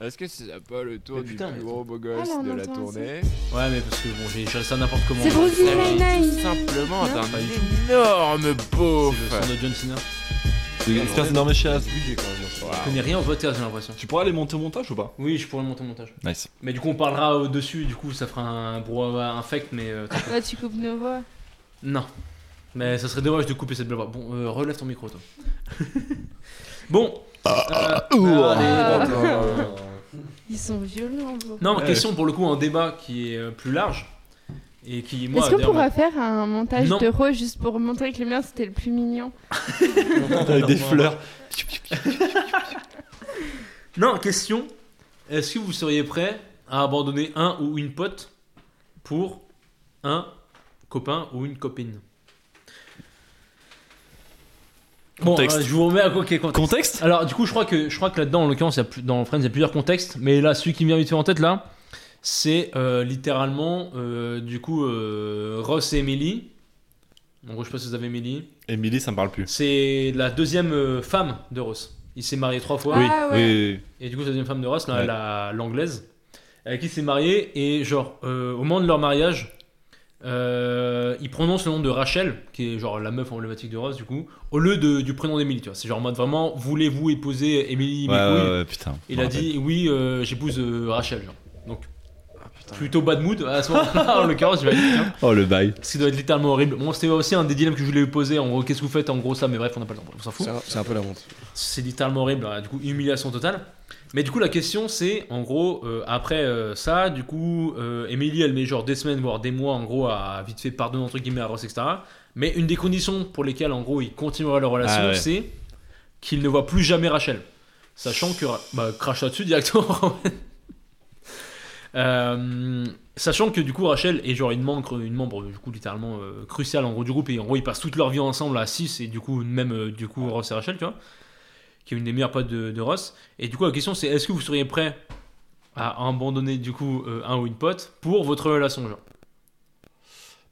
Est-ce que c'est pas le tour Mais du putain, plus mais- gros beau gosse Ah, là, on de la entend ça. tournée Ouais, mais parce que bon, j'ai géré ça n'importe comment. C'est Moi, Brody c'est- Nine Tout Nine. simplement Non. d'un énorme beauf C'est le son de John Cena. C'est une espèce d'énorme chiasse. Je connais rien au podcast, j'ai l'impression. Tu pourras les monter au montage ou pas Oui, je pourrais monter au montage. Nice. Mais du coup, on parlera au-dessus, du coup, ça fera un brouhaha infect, mais. euh, tant pis. Ouais, Ah, tu coupes nos voix. non. Mais ça serait dommage de couper cette blabla. Bon, euh, relève ton micro, toi. bon. euh, Ah, allez, bon, euh, Ils sont violents, bro. Non, Ouais. question pour le coup, un débat qui est euh, plus large. Et qui, moi, Est-ce qu'on d'ailleurs, pourra faire un montage Non. de Ro juste pour montrer que le mien c'était le plus mignon Avec des fleurs. Non, question. Est-ce que vous seriez prêt à abandonner un ou une pote pour un copain ou une copine Bon, Contexte. euh, je vous remets à quoi contexte. Contexte Alors, du coup, je crois que je crois que là-dedans, en l'occurrence, il y a plus- dans Friends, il y a plusieurs contextes, mais là, celui qui me vient vite fait en tête là, c'est euh, littéralement euh, du coup euh, Ross et Emily. En gros, je sais pas si vous avez Emily. Emily, ça me parle plus. C'est la deuxième euh, femme de Ross. Il s'est marié trois fois. oui, ouais. oui, Et du coup, sa deuxième femme de Ross, là, Ouais. la- l'anglaise, avec qui il s'est marié. Et genre, euh, au moment de leur mariage, euh, il prononce le nom de Rachel, qui est genre la meuf emblématique de Ross, du coup, au lieu de- du prénom d'Emily. Tu vois, c'est genre en mode vraiment, voulez-vous épouser Emily oui. mes Ouais, couilles ouais, ouais, putain. Il a dit, oui, euh, j'épouse euh, Rachel. genre. Donc, plutôt bad mood à ce moment-là, en l'occurrence, je vais dire, tiens, Oh, le bail. ce qui doit être littéralement horrible. Bon, c'était aussi un des dilemmes que je voulais poser. En gros, qu'est-ce que vous faites En gros, ça, mais bref, on n'a pas le temps, on s'en fout. C'est un- C'est un peu la honte. C'est littéralement horrible, hein. du coup, humiliation totale. Mais du coup, la question, c'est, en gros, euh, après euh, ça, du coup, euh, Emily, elle met genre des semaines, voire des mois, en gros, à vite fait pardonner, entre guillemets, à Ross, etc. Mais une des conditions pour lesquelles, en gros, ils continueraient leur relation, Ah ouais. c'est qu'ils ne voient plus jamais Rachel. Sachant que... Ra- Bah, crache là-dessus directement. Euh, sachant que, du coup, Rachel est genre une membre, une membre du coup, littéralement euh, cruciale, en gros, du groupe. Et en gros, ils passent toute leur vie ensemble à 6, et du coup, même, euh, du coup, Ross et Rachel, tu vois qui est une des meilleures potes de, de Ross. Et du coup, la question c'est est-ce que vous seriez prêt à abandonner du coup euh, un ou une pote pour votre relation genre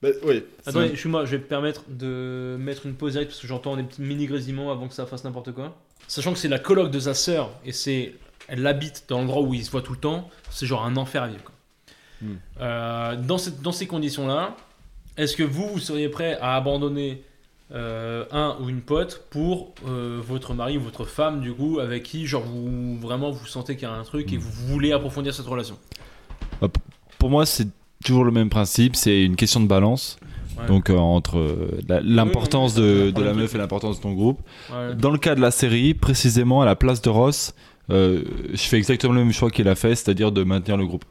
Bah, oui. Attendez, je suis moi, je vais me permettre de mettre une pause directe parce que j'entends des petits mini grésillements avant que ça fasse n'importe quoi. Sachant que c'est la coloc de sa sœur et c'est elle habite dans l'endroit où ils se voient tout le temps, c'est genre un enfer à vivre. quoi. Hmm. Euh, dans, cette- dans ces conditions-là, est-ce que vous, vous seriez prêt à abandonner euh, un ou une pote pour euh, votre mari ou votre femme, du coup, avec qui, genre, vous vraiment vous sentez qu'il y a un truc et Hmm. vous voulez approfondir cette relation Pour moi, c'est toujours le même principe. C'est une question de balance. Ouais. Donc, euh, entre euh, la- l'importance de, de la meuf et l'importance de ton groupe. Ouais. Dans le cas de la série, précisément à la place de Ross, euh, je fais exactement le même choix qu'il a fait, c'est-à-dire de maintenir le groupe.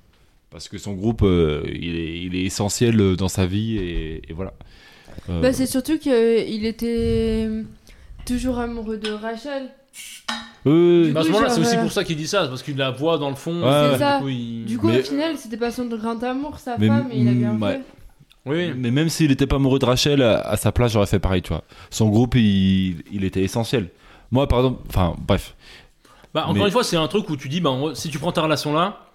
Parce que son groupe, euh, il, est, il est essentiel euh, dans sa vie et, et voilà. Euh, Bah, c'est surtout qu'il était euh, toujours amoureux de Rachel. oui, oui, Bah, à ce Oui, moment-là, c'est genre, aussi euh, pour ça qu'il dit ça, c'est parce qu'il la voit dans le fond. Ouais, et ouais. ça. Du coup, il- Du coup, Mais- au final, c'était pas son grand amour, sa Mais femme, et il avait un mm, ouais. peu. Oui, Mais même s'il n'était pas amoureux de Rachel, à, à sa place, j'aurais fait pareil, tu vois. Son groupe, il, il était essentiel. Moi, par exemple, enfin, bref. Bah, encore Mais- une fois, c'est un truc où tu dis, bah, en gros, si tu prends ta relation là,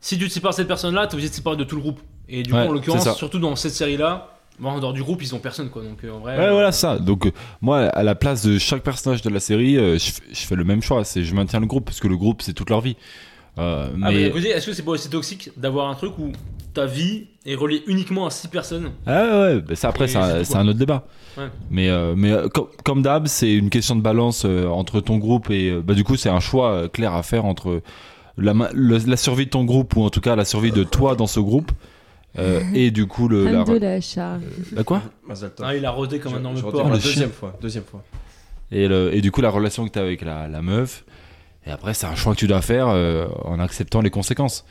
si tu te sépares de cette personne là, t'es obligé de te séparer de tout le groupe. Et du Ouais, coup, en l'occurrence, c'est ça. surtout dans cette série là, en dehors du groupe, ils ont personne quoi. Donc euh, en vrai. Ouais, euh, voilà ça. Donc, euh, moi, à la place de chaque personnage de la série, euh, je, f- je fais le même choix. C'est je maintiens le groupe, parce que le groupe, c'est toute leur vie. Euh, Ah, mais d'un côté, est-ce que c'est pas aussi toxique d'avoir un truc où ta vie est reliée uniquement à six personnes Ah ouais, ouais, bah ça après Et c'est c'est un, tout, c'est quoi. un autre débat. Ouais. Mais euh, mais euh, com- comme d'hab, c'est une question de balance euh, entre ton groupe et euh, bah du coup c'est un choix euh, clair à faire entre la, ma- le- la survie de ton groupe ou en tout cas la survie de toi dans ce groupe euh, et du coup le la, la charge. la quoi Mazaltov. Ah, il a rodé comme Je- un énorme je porc. retire la Le chien. deuxième fois. Deuxième fois. et le- et du coup la relation que t'as avec la, la meuf et après c'est un choix que tu dois faire euh, en acceptant les conséquences.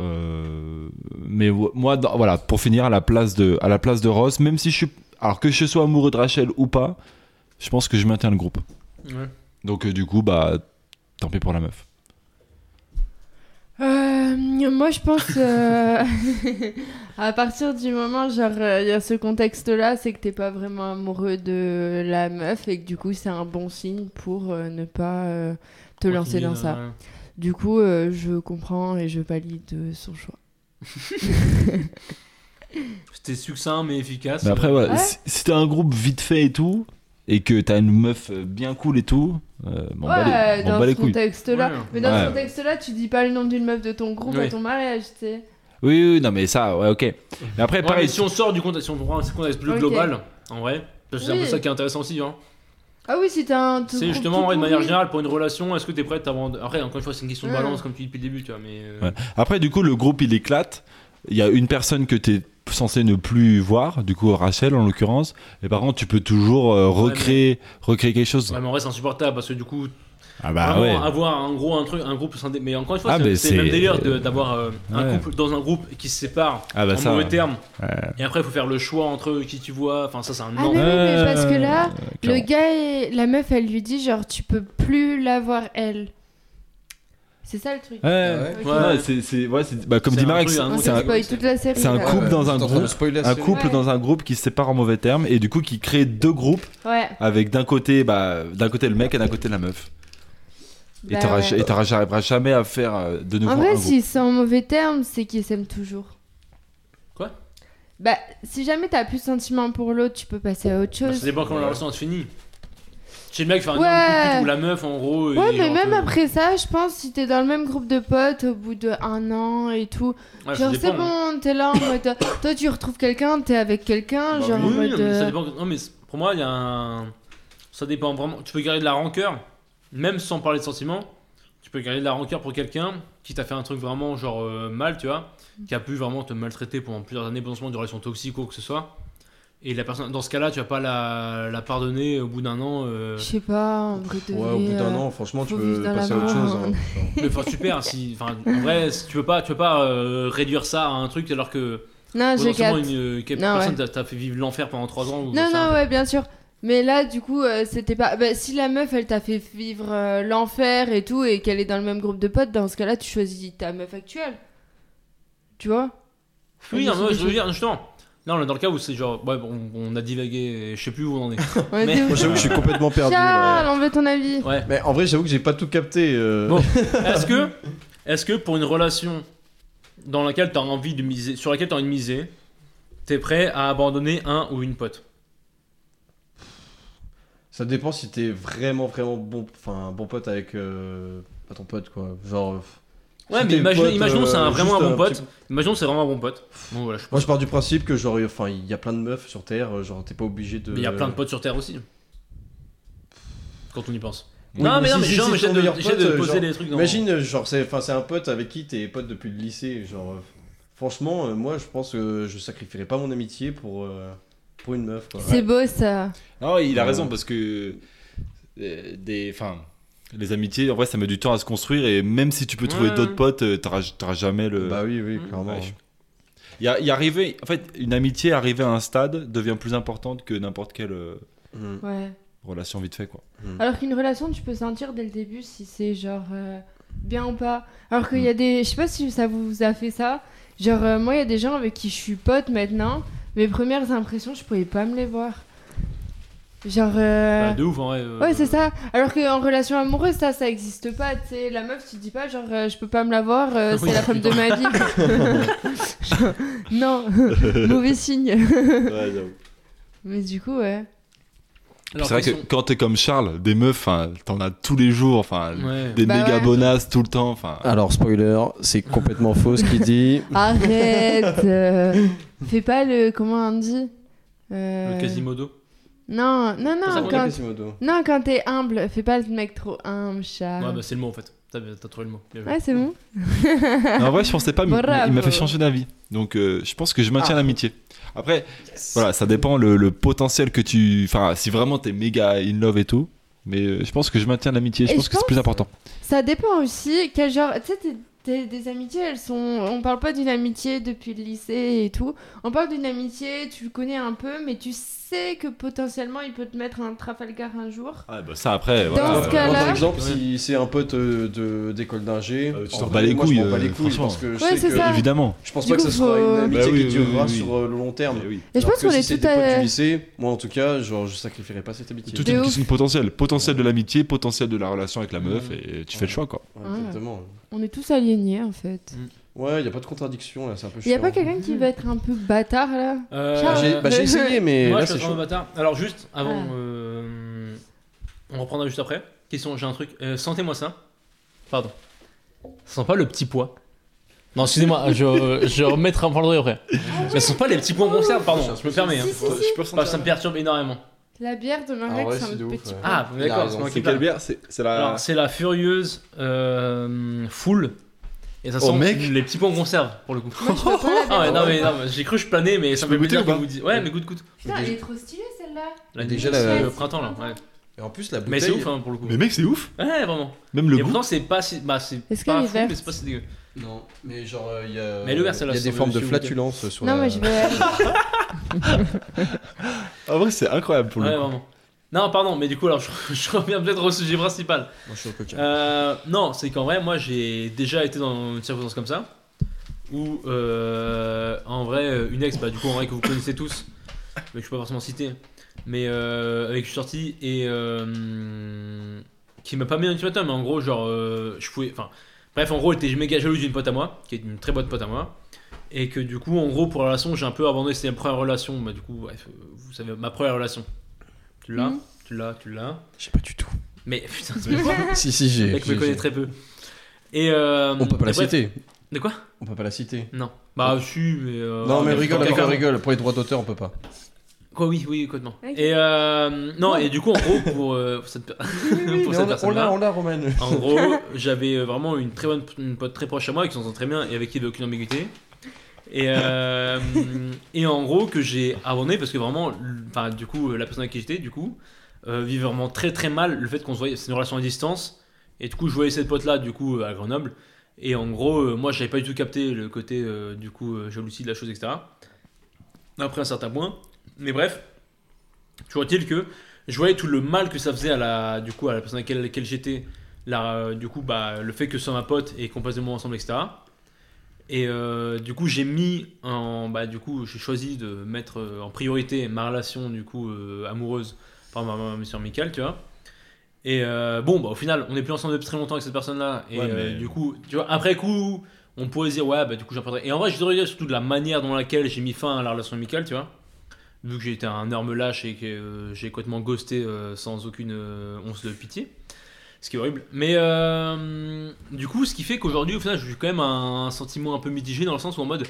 Euh, mais wo- moi dans- voilà pour finir à la place de à la place de Ross même si je suis alors que je sois amoureux de Rachel ou pas je pense que je maintiens le groupe Ouais. Donc euh, du coup, bah, tant pis pour la meuf. Euh, moi, je pense euh, à partir du moment, genre, euh, il y a ce contexte-là, c'est que t'es pas vraiment amoureux de la meuf et que du coup, c'est un bon signe pour euh, ne pas euh, te lancer dans ça. Du coup, euh, je comprends et je valide euh, son choix. C'était succinct mais efficace. Mais après, voilà, Ouais. si, si t'as un groupe vite fait et tout, et que t'as une meuf euh, bien cool et tout, euh, m'en Ouais, bats les- m'en dans bats les ce couilles. contexte-là. Ouais. Mais dans ce Ouais. contexte-là, tu dis pas le nom d'une meuf de ton groupe Oui. à ton mariage, tu sais. Oui, oui, non, mais ça, ouais, ok. Mais après, Ouais, pareil, mais si on sort du contexte, si on prend un contexte plus Ok. global, en vrai, parce que c'est un peu Oui. ça qui est intéressant aussi. Hein. Ah oui, si t'as un. C'est justement, ouais, de manière générale, pour une relation, est-ce que t'es prête à vendre Après, encore une fois, c'est une question de Ouais. balance, comme tu dis depuis le début, tu vois, mais. euh, Ouais. Après, du coup, le groupe il éclate. Il y a une personne que tu es censé ne plus voir, du coup Rachel en l'occurrence. Et par contre, tu peux toujours euh, recréer, recréer quelque chose. Ouais, mais en vrai, c'est insupportable parce que du coup, Ah bah vraiment, ouais. avoir en gros un truc, un groupe scindé. Mais encore une fois, Ah, c'est- mais c'est le même c'est- délire de- d'avoir euh, un Ouais. couple dans un groupe qui se sépare Ah bah en ça. mauvais termes. Ouais. Et après, il faut faire le choix entre qui tu vois. Enfin, ça, c'est un Ah, non. mais- oui, parce que là, Euh, Le clairement. gars, et la meuf, elle lui dit genre, tu peux plus la voir, elle. C'est ça le truc. Ah Ouais. Ok. Ouais. Non, c'est- c'est- ouais, c'est- bah, comme C'est dit un Marek, truc, un On Ah, c'est c'est s'est un, spoil toute la série. c'est un là. couple dans un je suis en train groupe, de spoiler la un série. couple Ouais. dans un groupe qui se sépare en mauvais termes et du coup qui crée deux groupes Ouais. avec d'un côté, bah, d'un côté le mec et d'un côté la meuf. bah et t'auras ouais. et t'auras- j'arriveras jamais à faire euh, de nouveau En un vrai, groupe. s'ils sont en mauvais termes, c'est qu'ils s'aiment toujours. Quoi Bah, si jamais t'as plus de sentiments pour l'autre, tu peux passer à autre Bah, chose. ça dépend quand la relation se finit. Chez le mec, enfin, Ouais. ou la meuf, en gros. et Ouais, mais genre, même euh, après ça, je pense, si t'es dans le même groupe de potes au bout de un an et tout, ouais, ça genre c'est dépend, hein. bon, t'es là en mode. Toi, tu retrouves quelqu'un, t'es avec quelqu'un, Bah genre en Oui, mode. mais ça euh, dépend. Non, mais c'est- pour moi, il y a un. Ça dépend vraiment. Tu peux garder de la rancœur, même sans parler de sentiments. Tu peux garder de la rancœur pour quelqu'un qui t'a fait un truc vraiment genre euh, mal, tu vois, qui a pu vraiment te maltraiter pendant plusieurs années, potentiellement d'une relation toxique ou quoi que ce soit. Et la personne, dans ce cas-là, tu vas pas la, la pardonner au bout d'un an. euh, Je sais pas, en vrai de Ouais, vrai, au bout d'un euh, an, franchement, tu faut peux vivre dans la passer à autre mort, chose. hein. hein. Mais enfin, super. Si, enfin, en vrai, si tu peux pas, tu peux pas euh, réduire ça à un truc alors que hein. Non, je potentiellement, capte. une euh, quelque Ah, Non, personne t'a- t'a fait vivre l'enfer pendant 3 ans. ou Non, ça, non, un peu. ouais, bien sûr. Mais là, du coup, euh, c'était pas. Bah, si la meuf, elle t'a fait vivre euh, l'enfer et tout, et qu'elle est dans le même groupe de potes, dans ce cas-là, tu choisis ta meuf actuelle. Tu vois Oui, Et hein, non, c'est mais ouais, des je veux choses- dire, justement. Là, on est dans le cas où c'est genre, ouais, bon, on a divagué, je sais plus où on en est. On était Mais- où Moi, j'avoue que je suis complètement perdu. là. Charles, on veut ton avis. Ouais. Mais en vrai, j'avoue que j'ai pas tout capté. euh. Bon. Est-ce que, est-ce que pour une relation dans laquelle t'as envie de miser, sur laquelle t'as envie de miser, t'es prêt à abandonner un ou une pote Ça dépend si t'es vraiment, vraiment bon, enfin, bon pote avec euh, pas ton pote, quoi. Genre. euh, Ouais, si mais t'es imaginons, pote, imaginons euh, c'est un- vraiment un juste bon pote. petit- Imaginons que c'est vraiment un bon pote. Bon, voilà, je Moi, pense. je pars du principe que, genre, enfin, il y a plein de meufs sur Terre, euh, genre, t'es pas obligé de. Mais il y a plein de potes sur Terre aussi. hein, Quand on y pense. Oui, non, mais mais non, si, mais si, genre, si, mais ton j'essaie de, meilleur j'essaie pote, de euh, poser genre, des trucs dans. Imagine, euh, genre, c'est enfin, c'est un pote avec qui t'es pote depuis le lycée, genre. euh, Franchement, euh, moi, je pense que je sacrifierais pas mon amitié pour, euh, pour une meuf, quoi. C'est beau ça. Non, il a Ouais. raison parce que euh, des, enfin, les amitiés, en vrai, ça met du temps à se construire et même si tu peux trouver Ouais. d'autres potes, euh, t'auras t'auras jamais le. Bah oui, Mmh. oui, clairement. Ouais, je- Il y a, il y a arrivé, en fait, une amitié arrivée à un stade devient plus importante que n'importe quelle euh, Mm. Ouais. relation vite fait quoi. Alors qu'une relation, tu peux sentir dès le début si c'est genre euh, bien ou pas. Alors qu'il y a des. Je sais pas si ça vous a fait ça. Genre, euh, moi, il y a des gens avec qui je suis pote maintenant. Mes premières impressions, je pouvais pas me les voir. Genre. euh, Bah, de ouf, en vrai. euh, Ouais, c'est ça. Alors qu'en relation amoureuse, ça, ça existe pas. Tu sais, la meuf, tu te dis pas genre, euh, je peux pas me la voir, euh, c'est Ah Oui. la femme de ma vie. Genre, non, mauvais signe. Mais du coup, ouais. alors, C'est vrai que question- quand t'es comme Charles, des meufs, enfin, t'en as tous les jours, enfin, Ouais. des Bah méga ouais. bonasses tout le temps, enfin. Alors, spoiler, c'est complètement faux ce qu'il dit. Arrête. euh, fais pas le. Comment on dit Le Euh, Quasimodo. Non, non, Ça non. compte Quand... Quasimodo. Non, quand t'es humble, fais pas le mec trop humble, chat. Ouais, bah, c'est le mot en fait. T'as t'as trouvé le mot. Bien joué. Ouais, c'est bon. Non, en vrai, je pensais pas, mais Bravo. Ah. il m'a fait changer d'avis. Donc, euh, je pense que je maintiens l'amitié. Après, voilà, ça dépend le, le potentiel que tu. Enfin, si vraiment t'es méga in love et tout. Mais euh, je pense que je maintiens l'amitié. Je Et pense je que c'est plus important. Ça dépend aussi quel genre. Tu sais, t'es- t'es- des amitiés, elles sont. On parle pas d'une amitié depuis le lycée et tout. On parle d'une amitié, tu le connais un peu, mais tu sais que potentiellement il peut te mettre un Trafalgar un jour. Ah, bah ça, après. voilà, Dans ce euh, cas-là- Moi, par exemple, si c'est un pote euh, de- d'école d'ingé, Euh, tu en t'en vrai, bats les moi, je couilles, m'en bats les euh, couilles franchement. parce que je Ouais, sais c'est que- ça. Évidemment. Je pense Du pas que coup, ça sera faut- une amitié Bah oui, qui oui, durera oui, oui. sur euh, le long terme. Eh oui. Et je Alors pense qu'on que si est c'est tout des potes à. du lycée, moi en tout cas, genre, je sacrifierais pas cette amitié. Tout De est une ouf. Mm. question de potentiel. Potentiel de l'amitié, potentiel de la relation avec la meuf. Et tu fais le choix, quoi. Ouais, Ouais. exactement. On est tous aliénés en fait. Ouais, y a pas de contradiction là, c'est un peu chiant. Y a pas quelqu'un qui va être un peu bâtard là Euh, Bah, j'ai- bah, j'ai essayé, mais Moi, là je c'est suis un chaud. Ah. bâtard. Alors, juste avant, Ah. euh, on reprendra juste après. Question, j'ai un truc. Euh, Sentez-moi ça. Pardon. Ça sent pas le petit pois Non, excusez-moi, je, je remettrai un point de après. Ça sent pas les petits pois en conserve, pardon, je me permets. hein. Si, si, si. Ah, ça me perturbe énormément. La bière de Ah Marek, ouais, c'est c'est un de ouf. petit ouais. Ah, Il a d'accord, raison. moi qui C'est parle. quelle bière C'est c'est la. Alors, c'est la furieuse euh, foule. Et ça Oh, sent mec. les petits pois en conserve pour le coup. Moi, je peux pas la Ah ouais, mettre. non mais, non, mais j'ai cru que je planais mais ça me peux fait goûter plaisir ou que pas vous dites. Ouais mais goûte goûte. Putain, elle est trop stylée celle-là. Là Déjà, la- le printemps là. Ouais. Et en plus, la bouteille. Mais c'est ouf hein, pour le coup. Mais mec, c'est ouf. Ouais vraiment. Même le Et goût. pourtant c'est pas si bah c'est Est-ce pas qu'elle est fou verte mais c'est pas si dégueu. Non, mais genre, euh, il y a. Mais le verre, ça, là, Il y a ça des me formes de suffit. flatulence sur Non, la- mais je vais. En vrai, c'est incroyable pour le Ouais coup. vraiment. Non pardon mais du coup alors je, je reviens peut-être au sujet principal. Moi, je suis au coca. Euh, non c'est qu'en vrai moi j'ai déjà été dans une circonstance comme ça où euh, en vrai une ex bah du coup en vrai que vous connaissez tous mais que je peux pas forcément citer mais euh, avec sorti et euh, qui m'a pas mis un ultimatum mais en gros genre euh, je pouvais enfin bref en gros elle était méga jalouse d'une pote à moi qui est une très bonne pote à moi et que du coup en gros pour la relation j'ai un peu abandonné c'était ma première relation bah du coup bref euh, vous savez ma première relation tu l'as Mhm. tu l'as tu l'as Je sais pas du tout. mais putain c'est quoi Si, si, j'ai. mec j'ai- me connaît très peu et euh, On peut pas la et bref- citer. de quoi On peut pas la citer. non bah je suis mais euh, non, mais je suis rigole, dans rigole, quelqu'un. rigole. Pour les droits d'auteur, on peut pas. Quoi, oui, oui, complètement. Ok. Et euh, non, et du coup, en gros, pour, euh, pour cette, pour cette on l'a, personne-là, on l'a, Roman. en gros, j'avais vraiment une très bonne une pote très proche à moi qui s'entend très bien et avec qui il n'y avait aucune ambiguïté. Et, euh, et en gros, que j'ai abandonné parce que vraiment, l- enfin, du coup, la personne avec qui j'étais, du coup, euh, vivait vraiment très très mal le fait qu'on se voyait. C'est une relation à distance. Et du coup, je voyais cette pote-là, du coup, à Grenoble. Et en gros, euh, moi, j'avais pas du tout capté le côté, euh, du coup, euh, jalousie de la chose, etc. Après un certain point. Mais bref, toujours est-il que je voyais tout le mal que ça faisait à la, du coup, à la personne avec laquelle j'étais. Là, euh, du coup, bah, le fait que ce soit ma pote et qu'on passe des moments ensemble, etc. Et euh, du coup, j'ai mis en. Bah, du coup, j'ai choisi de mettre euh, en priorité ma relation, du coup, euh, amoureuse par ma ma- ma soeur Michael, tu vois. Et euh, bon, bah, au final, on n'est plus ensemble depuis très longtemps avec cette personne-là. Et Ouais, euh, mais- du coup, tu vois, après coup, on pourrait se dire, ouais, bah, du coup, j'en prendrai. Et en vrai, je devrais dire surtout de la manière dans laquelle j'ai mis fin à la relation amicale, tu vois. Vu que j'ai été un énorme lâche et que euh, j'ai complètement ghosté euh, sans aucune euh, once de pitié. Ce qui est horrible. Mais euh, du coup, ce qui fait qu'aujourd'hui, au final, j'ai quand même un, sentiment un peu mitigé dans le sens où en mode,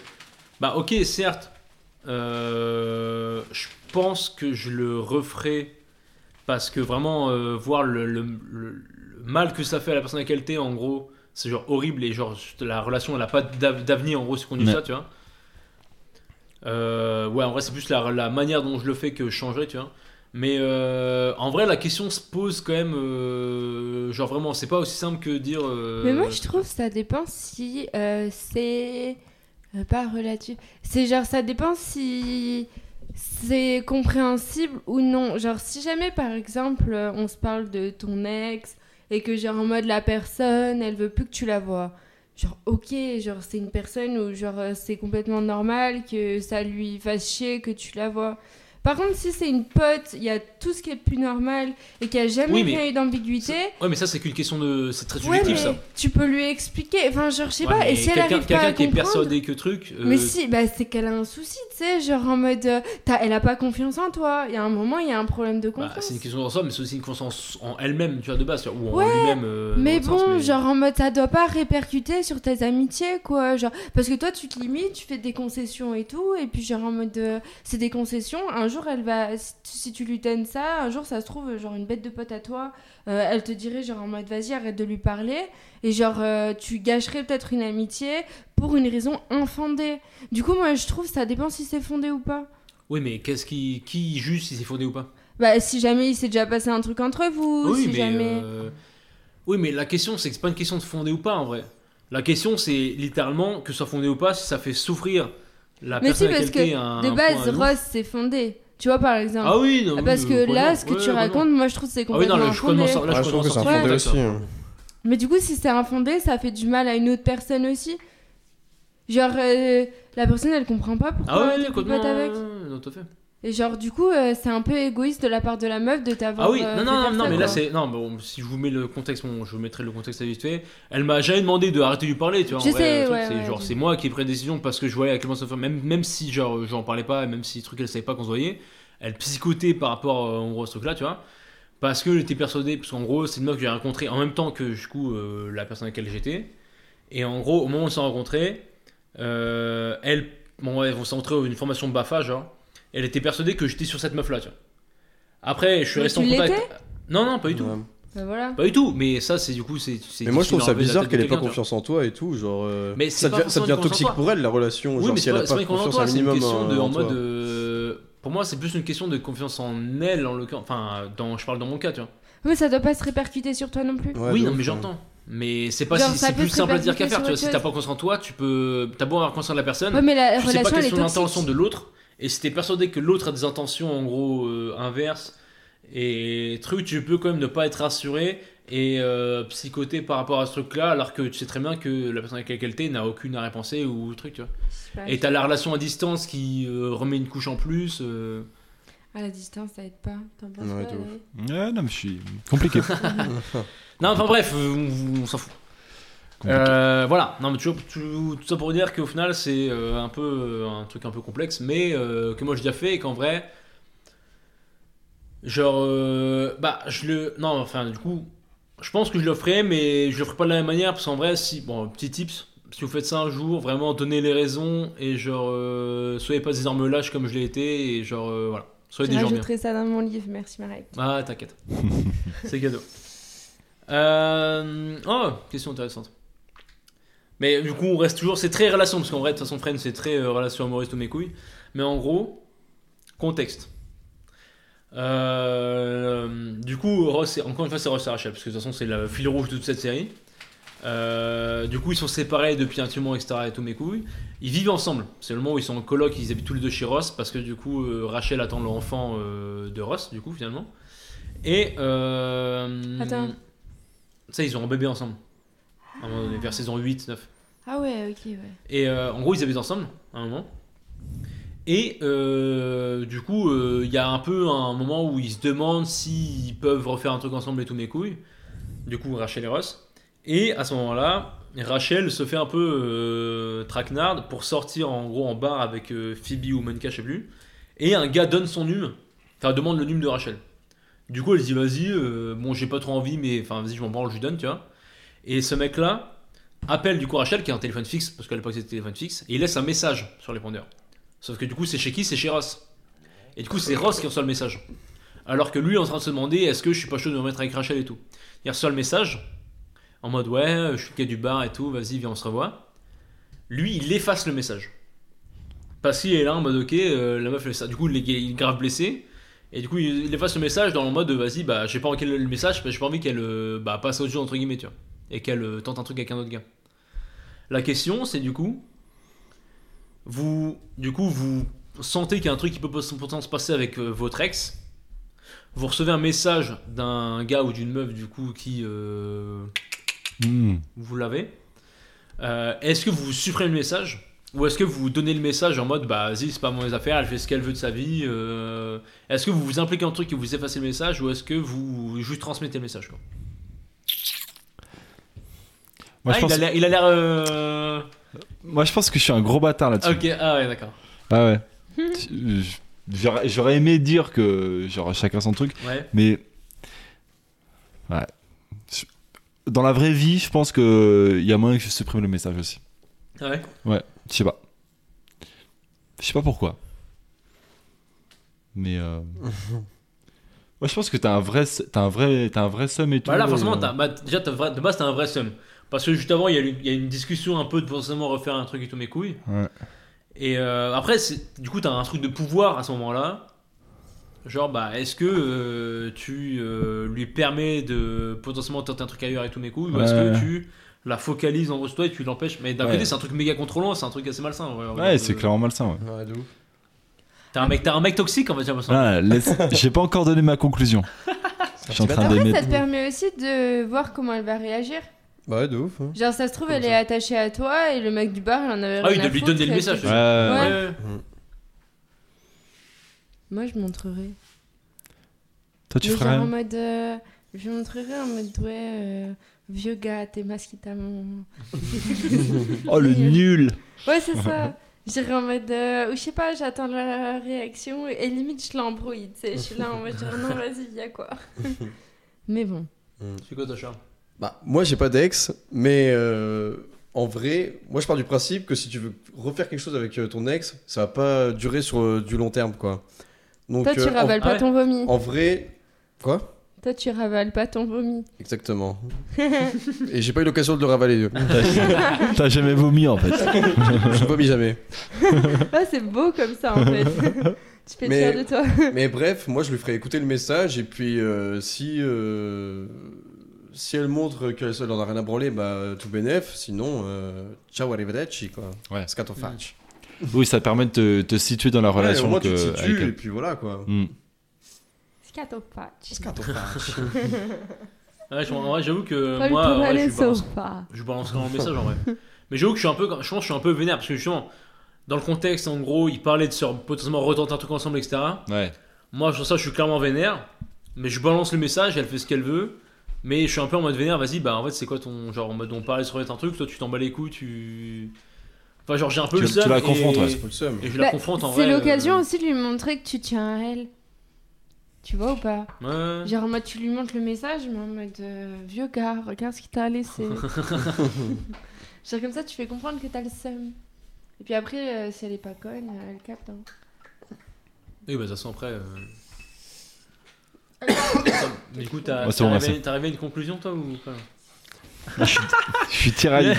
bah ok, certes, euh, je pense que je le referai parce que vraiment euh, voir le, le- le- le mal que ça fait à la personne à laquelle t'es, en gros, c'est genre horrible et genre la relation elle a pas d'av- d'avenir en gros si on dit Ouais. ça, tu vois. Euh, ouais, en vrai, c'est plus la, la manière dont je le fais que je changerai, tu vois. Mais euh, en vrai, la question se pose quand même. euh, genre vraiment, c'est pas aussi simple que dire. euh, Mais moi, je trouve que ça dépend si euh, c'est. euh, pas relatif. C'est genre, ça dépend si c'est compréhensible ou non. Genre, si jamais, par exemple, euh, on se parle de ton ex et que, genre, en mode la personne, elle veut plus que tu la vois. Genre, ok, genre, c'est une personne où, genre, euh, c'est complètement normal que ça lui fasse chier que tu la vois. Par contre, si c'est une pote, il y a tout ce qui est de plus normal et qu'il n'y a jamais Oui, mais- rien eu d'ambiguïté. Ouais, mais ça, c'est qu'une question de. C'est très Ouais, subjectif, mais ça. tu peux lui expliquer. Enfin, genre, je sais Ouais, pas. mais Et si elle quelqu'un arrive pas à quelqu'un qui est comprendre. persuadé que truc. euh, Mais si, bah, c'est qu'elle a un souci, tu sais, genre en mode, euh, t'as- elle a pas confiance en toi. Il y a un moment, il y a un problème de bah, confiance. c'est une question en soi, mais c'est aussi une conscience en elle-même, tu vois, de base, tu vois, ou en Ouais, lui-même. euh, mais dans le sens, bon, mais- genre en mode, ça doit pas répercuter sur tes amitiés, quoi. Genre, parce que toi, tu te limites, tu fais des concessions et tout, et puis genre en mode, euh, c'est des concessions. Un jour, elle va, si tu- si tu lui donnes ça, un jour, ça se trouve, genre une bête de pote à toi, euh, elle te dirait genre en mode, vas-y, arrête de lui parler, et genre, euh, tu gâcherais peut-être une amitié pour une raison infondée. Du coup, moi, je trouve ça dépend si c'est fondé ou pas. Oui, mais qu'est-ce qui. Qui juge si c'est fondé ou pas Bah, si jamais il s'est déjà passé un truc entre vous, Oui, si mais. jamais. euh, Oui, mais la question, c'est que c'est pas une question de fondé ou pas, en vrai. La question, c'est littéralement que ce soit fondé ou pas, si ça fait souffrir la Mais si, personne à parce laquelle que t'es à un de point base, de ouf. Ross, c'est fondé. Tu vois, par exemple. Ah oui, non, Ah, oui, Parce euh, que là, vraiment, ce que ouais, tu vraiment. racontes, moi je trouve que c'est Ah oui, non, complètement là, je infondé. commence à- là, Ah, je je trouve commence que à c'est un sortir fondé de ça. aussi. hein. Mais du coup, si c'est infondé, ça fait du mal à une autre personne aussi. Genre, euh, la personne, elle comprend pas pourquoi Ah oui, t'es plus complètement. pote avec. ouais, non, tout à fait. Et genre, du coup, euh, c'est un peu égoïste de la part de la meuf de t'avoir. Ah oui, euh, non, non, fait non, faire non, ça, mais là quoi. c'est. Non, bon, si je vous mets le contexte, bon, je vous mettrai le contexte à vite fait. Elle m'a jamais demandé de arrêter de lui parler, tu vois. en Je vrai, sais, le truc, ouais, c'est ouais, genre, je- c'est moi qui ai pris la décision parce que je voyais à quel point ça fait. Même, même si, genre, euh, j'en parlais pas, et même si le truc, elle savait pas qu'on se voyait, elle psychotait par rapport euh, en gros à ce truc-là, tu vois. Parce que j'étais persuadé, parce qu'en gros, c'est une meuf que j'ai rencontrée en même temps que du coup euh, la personne avec laquelle j'étais. Et en gros, au moment où on s'est rencontrés, euh, elle, bon, ouais, on s'est rencontrés à une formation de BAFA, genre. Elle était persuadée que j'étais sur cette meuf-là, tu vois. Après, je suis Mais resté tu en contact. Non, non, pas du tout. Ouais. Bah voilà. Pas du tout, mais ça, c'est du coup, c'est. c'est Mais moi je trouve difficile ça d'enlever la bizarre tête qu'elle de ait pas quelqu'un, tu vois. confiance en toi et tout, genre. euh, Mais c'est ça pas devient, ça forcément devient une confiance en toxique toi. pour elle la relation, Oui, genre mais si c'est elle a pas, c'est pas pas une confiance en confiance toi, un c'est une minimum question de, en en mode. toi. euh, pour moi, c'est plus une question de confiance en elle, en l'occurrence. Enfin, dans, je parle dans mon cas, tu vois. Mais ça doit pas se répercuter sur toi non plus. Ouais, euh, oui, de non, ouf, hein. mais ouais. j'entends. Mais c'est pas Genre, si- ça c'est peut plus se simple à dire qu'à répercuter faire, tu sur vois. Si autre t'as chose. pas conscience en toi, tu peux. T'as beau avoir conscience de la personne. Ouais, mais la tu sais pas relation quelles elle est sont l'intention toxique. de l'autre. Et si t'es persuadé que l'autre a des intentions en gros euh, inverses et truc, tu peux quand même ne pas être rassuré et euh, psychoter par rapport à ce truc-là, alors que tu sais très bien que la personne avec laquelle t'es n'a aucune arrêt pensée ou truc, tu vois. Et t'as la relation à distance qui euh, remet une couche en plus. euh. À Ah, la distance, ça aide pas. T'en penses Ouais, quoi, de ouf. Laurie Ouais, non, mais je suis. Compliqué. Non, enfin bref, euh, on, on s'en fout. Compliqué. Euh, voilà, non, mais tu vois, tu- tout ça pour dire qu'au final c'est euh, un peu euh, un truc un peu complexe, mais euh, que moi j'ai déjà fait et qu'en vrai, genre, euh, bah je le, non, enfin du coup, je pense que je le ferai, mais je le ferai pas de la même manière parce qu'en vrai, si, bon, petit tips, si vous faites ça un jour, vraiment donnez les raisons et genre, euh, soyez pas des armes lâches comme je l'ai été et genre, euh, voilà, soyez Je des gens bien. rajouterai ça dans mon livre, merci Marek. Ah, t'inquiète. c'est cadeau. Euh, Oh, question intéressante. Mais du coup, on reste toujours. C'est très relation, parce qu'en vrai, de toute façon, Friends, c'est très euh, relation amoureuse, tous mes couilles. Mais en gros, contexte. Euh, du coup, Ross, et- encore une fois, c'est Ross et Rachel, parce que de toute façon, c'est le fil rouge de toute cette série. Euh, du coup, ils sont séparés depuis un petit moment, etc. Et tous mes couilles. Ils vivent ensemble. C'est le moment où ils sont en coloc, ils habitent tous les deux chez Ross, parce que du coup, euh, Rachel attend l'enfant euh, de Ross, du coup, finalement. Et. Euh, Attends. Ça, ils ont un bébé ensemble. À un moment donné, vers saison 8, 9. Ah ouais, ok, ouais. Et euh, en gros, ils habitent ensemble à un moment. Et euh, du coup, euh, il y a un peu un moment où ils se demandent s'ils peuvent refaire un truc ensemble et tout mes couilles. Du coup, Rachel et Ross. Et à ce moment-là, Rachel se fait un peu euh, traquenarde pour sortir en gros en bar avec euh, Phoebe ou Monica, je sais plus. Et un gars donne son num, enfin demande le num de Rachel. Du coup, elle se dit vas-y, euh, bon, j'ai pas trop envie, mais enfin, vas-y, je m'en branle, je lui donne, tu vois. Et ce mec-là, appelle du coup Rachel qui a un téléphone fixe, parce qu'à l'époque c'était téléphone fixe, et il laisse un message sur les pondeurs. Sauf que du coup c'est chez qui C'est chez Ross. Et du coup c'est Ross qui reçoit le message. Alors que lui est en train de se demander est-ce que je suis pas chaud de me remettre avec Rachel et tout. Il reçoit le message en mode ouais, je suis le gars du bar et tout, vas-y, viens, on se revoit. Lui il efface le message. Parce qu'il est là en mode ok, euh, la meuf elle fait ça. Du coup il est il est grave blessé. Et du coup, il il efface le message dans le mode vas-y, bah j'ai pas envie qu'elle le message, bah, j'ai pas envie qu'elle euh, bah, passe au jeu entre guillemets, tu vois. Et qu'elle euh, tente un truc avec un autre gars. La question, c'est du coup, vous, du coup, vous sentez qu'il y a un truc qui peut pourtant se passer avec euh, votre ex. Vous recevez un message d'un gars ou d'une meuf, du coup, qui euh, Ah, Hmm. vous l'avez. Euh, est-ce que vous supprimez le message ou est-ce que vous donnez le message en mode bah vas-y c'est pas mon affaire elle fait ce qu'elle veut de sa vie euh, est-ce que vous vous impliquez en truc et vous effacez le message ou est-ce que vous juste transmettez le message quoi Moi, Ah, je pense... il a l'air il a l'air, euh, Moi, je pense que je suis un gros bâtard là-dessus. ok ah ouais d'accord Ah ouais. Hmm. Je- J'aurais j'aurais aimé dire que genre chacun son truc, ouais mais ouais. Je- Dans la vraie vie, je pense que il y a moyen que je supprime le message aussi. Ah ouais Ouais, je sais pas. Je sais pas pourquoi. Mais euh... ouais, je pense que t'as un vrai, s- t'as un vrai, t'as un vrai somme et tout. Bah là, forcément, et, euh, t'as- bah, déjà, t'as vra- de base, t'as un vrai seum. Parce que juste avant, il y, a eu- il y a une discussion un peu de forcément refaire un truc et tout mes couilles. Ouais. Et euh, après, c'est- du coup, t'as un truc de pouvoir à ce moment-là. Genre, bah, est-ce que euh, tu euh, lui permets de potentiellement tenter un truc ailleurs et tout mes couilles Ou est-ce Ouais, que ouais. tu la focalises en gros sur toi et tu l'empêches Mais d'un Ouais. côté, c'est un truc méga contrôlant, c'est un truc assez malsain. en vrai. En Ouais, fait, c'est euh, clairement malsain. Ouais. hein. Ouais, de ouf. T'as un, mec- t'as un mec toxique en fait, j'ai l'impression. Ah, laisse- J'ai pas encore donné ma conclusion. Je suis en train Après, d'émettre. ça te permet aussi de voir comment elle va réagir. Bah ouais, de ouf. hein. Genre, ça se trouve, Comme elle ça. est attachée à toi et le mec du bar, il en avait Ah oui, rien de à lui foutre, donner le elle message. te- Ouais, ouais, ouais. Ouais. ouais. Moi, je montrerai. Toi, tu Mais ferais. genre en mode. euh, je montrerai en mode, ouais, euh, vieux gars, t'es masqué ta maman. euh. Oh le nul. euh, Ouais, c'est ça. J'irai en mode, euh, ou je sais pas, j'attends la réaction et limite je l'embrouille, tu sais. Je suis là en mode, genre, non, vas-y, y a quoi Mais bon. C'est quoi ta charme Bah, moi, j'ai pas d'ex, mais euh, en vrai, moi, je pars du principe que si tu veux refaire quelque chose avec euh, ton ex, ça va pas durer sur euh, du long terme, quoi. Donc, Toi, tu euh, en- ravales ah pas ouais. ton vomi. en vrai. Quoi Toi, tu ravales pas ton vomi. Exactement. Et j'ai pas eu l'occasion de le ravaler. T'as jamais vomi en fait. Je vomis jamais. Ah, c'est beau comme ça, en fait. tu fais Mais- fier de toi. Mais bref, moi je lui ferai écouter le message et puis euh, si euh, si elle montre qu'elle elle en a rien à branler, bah tout bénef. Sinon, euh, ciao arrivederci quoi. Ouais. Mm. Scato facci. Oui, ça permet de te, te situer dans la relation. Ouais, au moins, que- tu te avec situes elle. et puis voilà quoi. Mm. Scatopatch. Scato facci. Ouais, je- en vrai, j'avoue que Pas moi, le en vrai, aller je, balance- sur pas. je balancerai mon message en vrai. Mais j'avoue que je suis un peu, je pense que je suis un peu vénère parce que justement, dans le contexte, en gros, ils parlaient de se re- potentiellement retenter un truc ensemble, etc. Ouais. Moi, sur ça, je suis clairement vénère, mais je balance le message, elle fait ce qu'elle veut. Mais je suis un peu en mode vénère, vas-y, bah en fait, c'est quoi ton. Genre, en mode, on parlait sur un truc, toi, tu t'en bats les couilles, tu. Enfin, genre, j'ai un peu Tu- le tu seum la et- confrontes, ouais. Faut le seum. Et je Bah, la confronte en vrai. C'est euh, l'occasion aussi de lui montrer que tu tiens à elle. Tu vois ou pas Ouais. Genre en mode tu lui montres le message, mais en mode euh, vieux gars, regarde ce qu'il t'a laissé. Genre comme ça tu fais comprendre que t'as le seum. Et puis après, euh, si elle est pas conne, euh, elle capte. hein. Oui, bah, de toute façon, après. euh, Mais du coup, t'as Ouais, c'est t'as bon, arrivé, t'as arrivé à une conclusion, toi, ou pas Je suis tiraillé.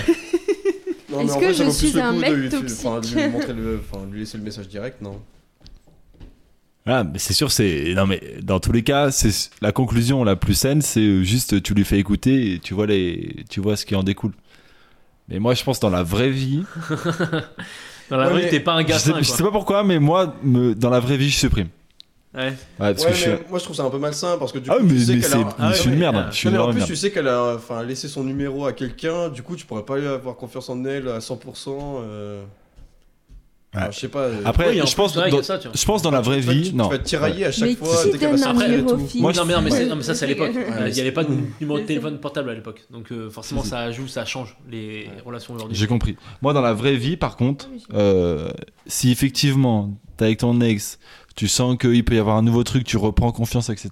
Non, Est-ce mais en que vrai, je ça vaut suis plus le un coup mec de lui- enfin, de lui toxique montrer le- enfin, de lui laisser le message direct, non Ah, mais c'est sûr, c'est. Non, mais dans tous les cas, c'est la conclusion la plus saine, c'est euh, juste tu lui fais écouter et tu vois, les... tu vois ce qui en découle. Mais moi, je pense dans la vraie vie. Dans la Ouais, rue, mais- t'es pas un Je gars sais, sain, je quoi. sais pas pourquoi, mais moi, me- dans la vraie vie, je supprime. Ouais. Ouais, parce Ouais, que je suis. mais moi je trouve ça un peu malsain parce que du Ah, coup, mais, tu sais mais qu'elle c'est. a- mais Ah, je suis une ouais, merde. hein, ouais. Je suis Non, mais en vraiment une merde. plus, tu sais qu'elle a enfin, laissé son numéro à quelqu'un, du coup, tu pourrais pas avoir confiance en elle à 100%. euh, enfin, je sais pas. euh, Après, Oui, en je, pense plus, ouais, il y a dans- ça, tu vois. je pense dans la vraie tu vas- vie. tu- non. Tu vas te tirailler à chaque Mais fois. qui dès qu'elle donne va un sortir et numéro tout. fixe Moi, non, mais, non, mais, c'est- non, mais ça, c'est à l'époque. Ouais, Euh, Il n'y avait pas de numéro de c'est- téléphone portable à l'époque. Donc, euh, forcément, Si, si. ça joue, ça change les relations aujourd'hui. J'ai compris. Moi, dans la vraie vie, par contre, euh, si effectivement, t'es avec ton ex, tu sens qu'il peut y avoir un nouveau truc, tu reprends confiance, etc.,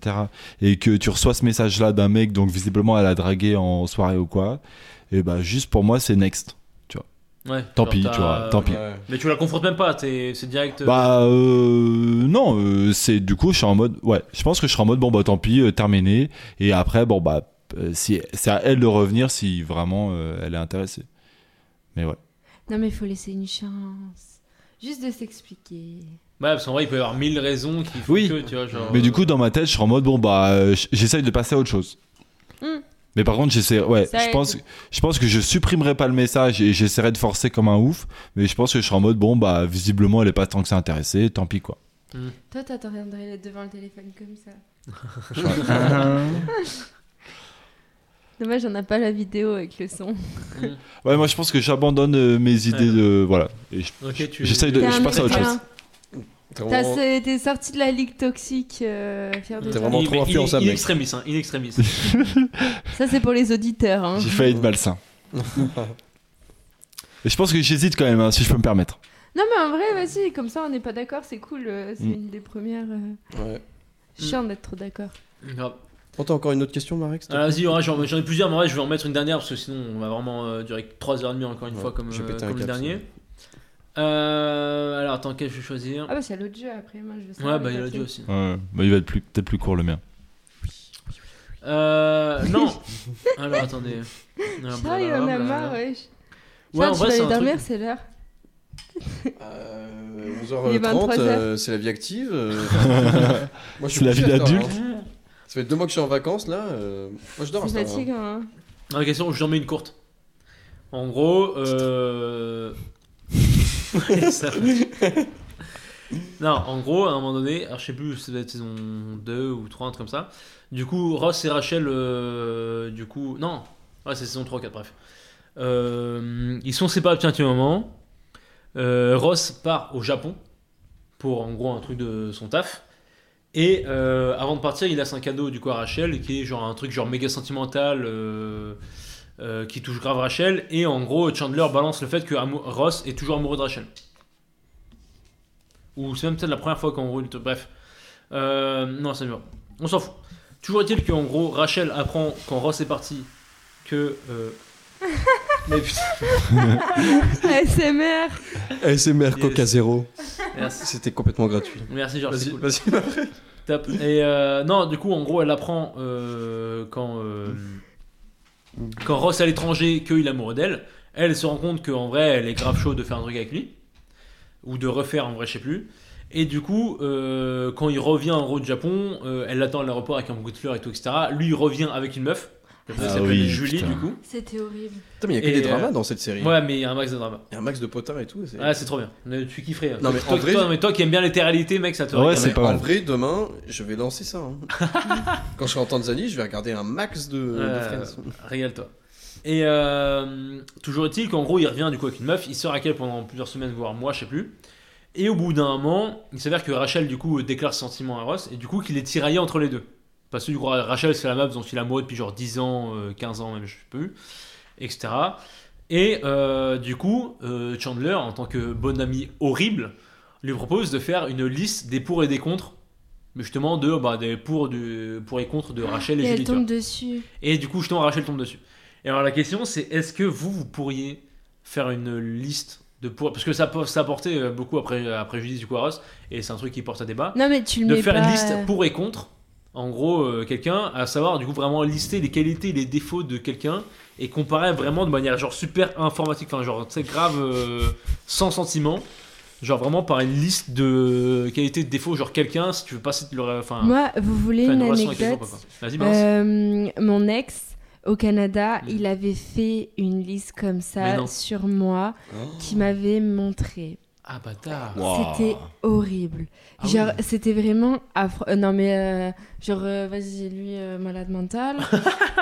et que tu reçois ce message-là d'un mec, donc visiblement, elle a dragué en soirée ou quoi, et bah, juste pour moi, c'est next. Ouais. Tant Genre, pis, t'as- tu vois, tant pis. Ouais. Mais tu la confrontes même pas, t'es- c'est direct. euh, Bah, euh, non, euh, c'est du coup, je suis en mode, ouais, je pense que je serai en mode, bon, bah, tant pis, euh, terminé, et après, bon, bah, euh, si, c'est à elle de revenir si vraiment euh, elle est intéressée. Mais ouais. Non mais faut laisser une chance. Juste de s'expliquer. Ouais, parce qu'en vrai, il peut y avoir mille raisons qui font Oui. que, tu vois, genre. Mais du coup, dans ma tête, je suis en mode bon bah, euh, j- j'essaye de passer à autre chose. Mm. Mais par contre, j'essaie. Ouais, Ça je aide. pense, je pense que je supprimerai pas le message et j'essaierai de forcer comme un ouf. Mais je pense que je serai en mode bon bah, visiblement, elle est pas tant que ça intéressée. Tant pis quoi. Toi, t'attendrais devant le téléphone comme ça. Dommage, on n'a pas la vidéo avec le son. Ouais, moi, je pense que j'abandonne euh, mes idées de voilà. Et je- Ok, tu- j'essaye de, T'es je un passe à autre mec chose. bien. T'es T'as- vraiment- c'est- T'es sorti de la ligue toxique, euh, fier de T'es toi. vraiment Il- trop il- influençable, In mec. extremis, hein, in extremis. Ça, c'est pour les auditeurs. Hein. J'ai failli être malsain. Et je pense que j'hésite quand même, hein, si je peux me permettre. Non, mais en vrai, vas-y, comme ça, on n'est pas d'accord, c'est cool. euh, C'est Mm. une des premières. euh, Ouais. Chiant d'être trop d'accord. Grave. Oh, t'as encore une autre question, Marek Ah, Vas-y, ouais, j'en j'en ai plusieurs, mais en vrai, je vais en mettre une dernière parce que sinon, on va vraiment euh, durer 3h30 encore une Ouais, fois comme, je vais euh, péter un comme le câble, dernier. Euh, alors, attends, quel je vais choisir Ah, bah, c'est l'autre jeu après, moi, je veux savoir Ouais, les bah, il y a papiers. l'audio aussi. Ouais, bah, il va être plus- peut-être plus court le mien. Euh, non Alors, attendez. Ah, Ah, il en a blablabla. marre, wesh. Ouais, Putain, en tu vrai, c'est vas aller un truc- dormir, c'est l'heure. Euh, Il est 11h30, 23h. c'est la vie active. euh. Moi, je suis C'est la vie couché à cette heure-là, d'adulte. hein. Ça fait deux mois que je suis en vacances là. euh, Moi, je dors à C'est cette heure-là. fatigant, hein. Ah, la question, j'en mets une courte. En gros, euh... ouais, ça va. Non, en gros, à un moment donné, alors je sais plus, c'est peut-être saison 2 ou 3, un truc comme ça. Du coup, Ross et Rachel, euh, du coup, non, ouais, c'est saison 3, 4, bref. Euh, ils sont séparés depuis un petit moment. Euh, Ross part au Japon pour en gros un truc de son taf. Et euh, avant de partir, il laisse un cadeau du coup à Rachel qui est genre un truc genre méga sentimental euh, euh, qui touche grave Rachel. Et en gros, Chandler balance le fait que amou- Ross est toujours amoureux de Rachel. Ou c'est même peut-être la première fois qu'on roule. Bref. Euh, non, ça me va. On s'en fout. Toujours est-il qu'en gros, Rachel apprend quand Ross est parti que. euh, Mais putain, ASMR ASMR Coca Coca Zéro. merci, C'était complètement gratuit. merci Georges, Ah, c'est Vas-y, cool. vas-y. Top. Et euh, non, du coup, en gros, elle apprend euh, quand, euh, quand Ross est à l'étranger qu'il est amoureux d'elle. Elle se rend compte qu'en vrai, elle est grave chaude de faire un truc avec lui. Ou de refaire, en vrai, je sais plus. Et du coup, euh, quand il revient en gros du Japon, euh, elle l'attend à l'aéroport avec un bouquet de fleurs et tout, etc. Lui, il revient avec une meuf. La meuf Ah s'appelle oui, Julie, putain. du coup. C'était horrible. Putain, mais il y a que Et, des euh, dramas dans cette série. Ouais, mais il y a un max de drama. Il y a un max de potins et tout. c'est- Ah, c'est trop bien. Euh, Tu kifferais. hein. Non, mais toi, en vrai- toi- mais toi qui aimes bien les réalités mec, ça te Ouais, regarde. c'est Mais pas en mal. vrai, demain, je vais lancer ça. hein. Quand je serai en Tanzanie, je vais regarder un max de, de Euh, Friends. Régale-toi. Et euh, toujours est-il qu'en gros, il revient du coup avec une meuf, il sort avec elle pendant plusieurs semaines, voire mois, je sais plus. Et au bout d'un moment, il s'avère que Rachel du coup euh, déclare ses sentiments à Ross et du coup qu'il est tiraillé entre les deux. Parce que du coup, Rachel c'est la meuf dont il est amoureux depuis genre 10 ans, euh, 15 ans même, je sais plus, etc. Et euh, du coup, euh, Chandler, en tant que bon ami horrible, lui propose de faire une liste des pour et des contre, mais justement de, bah, des pour, du, pour et contre de Rachel et, Et Julie. elle tu vois. tombe dessus. Et du coup, justement, Rachel tombe dessus. Et alors, la question, c'est est-ce que vous, vous pourriez faire une liste de pour. Parce que ça, peut- ça portait euh, beaucoup après, après Judice du coup à Ross, et c'est un truc qui porte à débat. Non, mais tu le de mets faire pas, une liste euh, pour et contre, en gros, euh, quelqu'un, à savoir, du coup, vraiment lister les qualités et les défauts de quelqu'un, et comparer vraiment de manière, genre, super informatique, enfin, genre, c'est grave, euh, sans sentiment. Genre vraiment par une liste de qualités de défauts, genre quelqu'un, si tu veux passer de leur. Enfin, Moi, vous voulez faire une relation avec quelqu'un, anecdote pourquoi pas. Vas-y, balance. Euh, Mon ex, au Canada, Mm. il avait fait une liste comme Mais non. ça sur moi Hein qui m'avait montré. Ah, bâtard. Wow. C'était horrible. Ah genre, oui. c'était vraiment affreux. Euh, non, mais euh, genre, euh, vas-y, lui, euh, malade mental.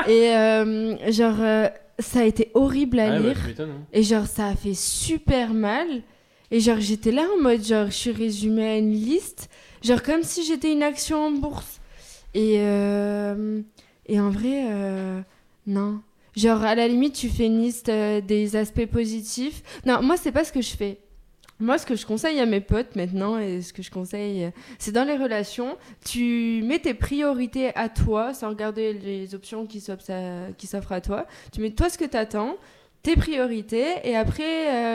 Et euh, genre, euh, ça a été horrible à Ouais, bah, lire. tu m'étonnes, hein. Et genre, ça a fait super mal. Et genre, j'étais là en mode, genre, je suis résumée à une liste. Genre, comme si j'étais une action en bourse. Et, euh, et en vrai, euh, non. Genre, à la limite, tu fais une liste euh, des aspects positifs. Non, moi, c'est pas ce que je fais. Moi, ce que je conseille à mes potes maintenant, et ce que je conseille, euh, c'est dans les relations, tu mets tes priorités à toi, sans regarder les options qui s'offrent à- qui s'offrent à toi. Tu mets toi ce que t'attends, tes priorités et après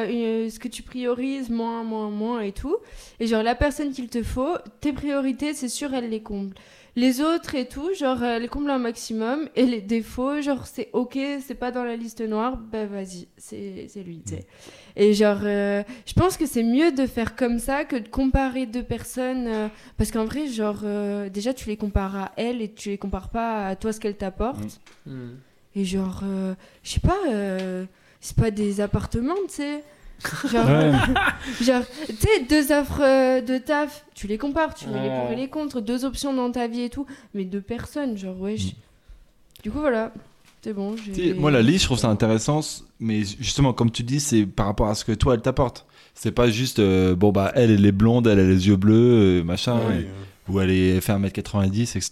euh, une- ce que tu priorises moins moins moins et tout et genre la personne qu'il te faut tes priorités c'est sûr elle les comble les autres et tout genre elle les comble un maximum et les défauts genre c'est ok c'est pas dans la liste noire bah vas-y c'est c'est lui tu sais et genre euh, je pense que c'est mieux de faire comme ça que de comparer deux personnes euh, parce qu'en vrai genre euh, déjà tu les compares à elle et tu les compares pas à toi ce qu'elle t'apporte Hmm. et genre, euh, je sais pas, euh, c'est pas des appartements, tu sais. Genre, Ouais. genre, tu sais, deux offres euh, de taf, tu les compares, tu mets les Ouais. pour et les contre, deux options dans ta vie et tout, mais deux personnes, genre, ouais. je- Du coup, voilà, c'est bon. j'ai- Tu sais, Moi, la liste, je trouve ça intéressant, mais justement, comme tu dis, c'est par rapport à ce que toi, elle t'apporte. C'est pas juste, euh, bon, bah, elle, elle est blonde, elle a les yeux bleus, euh, machin, Ouais. et- ou elle, est, elle fait 1m90, etc.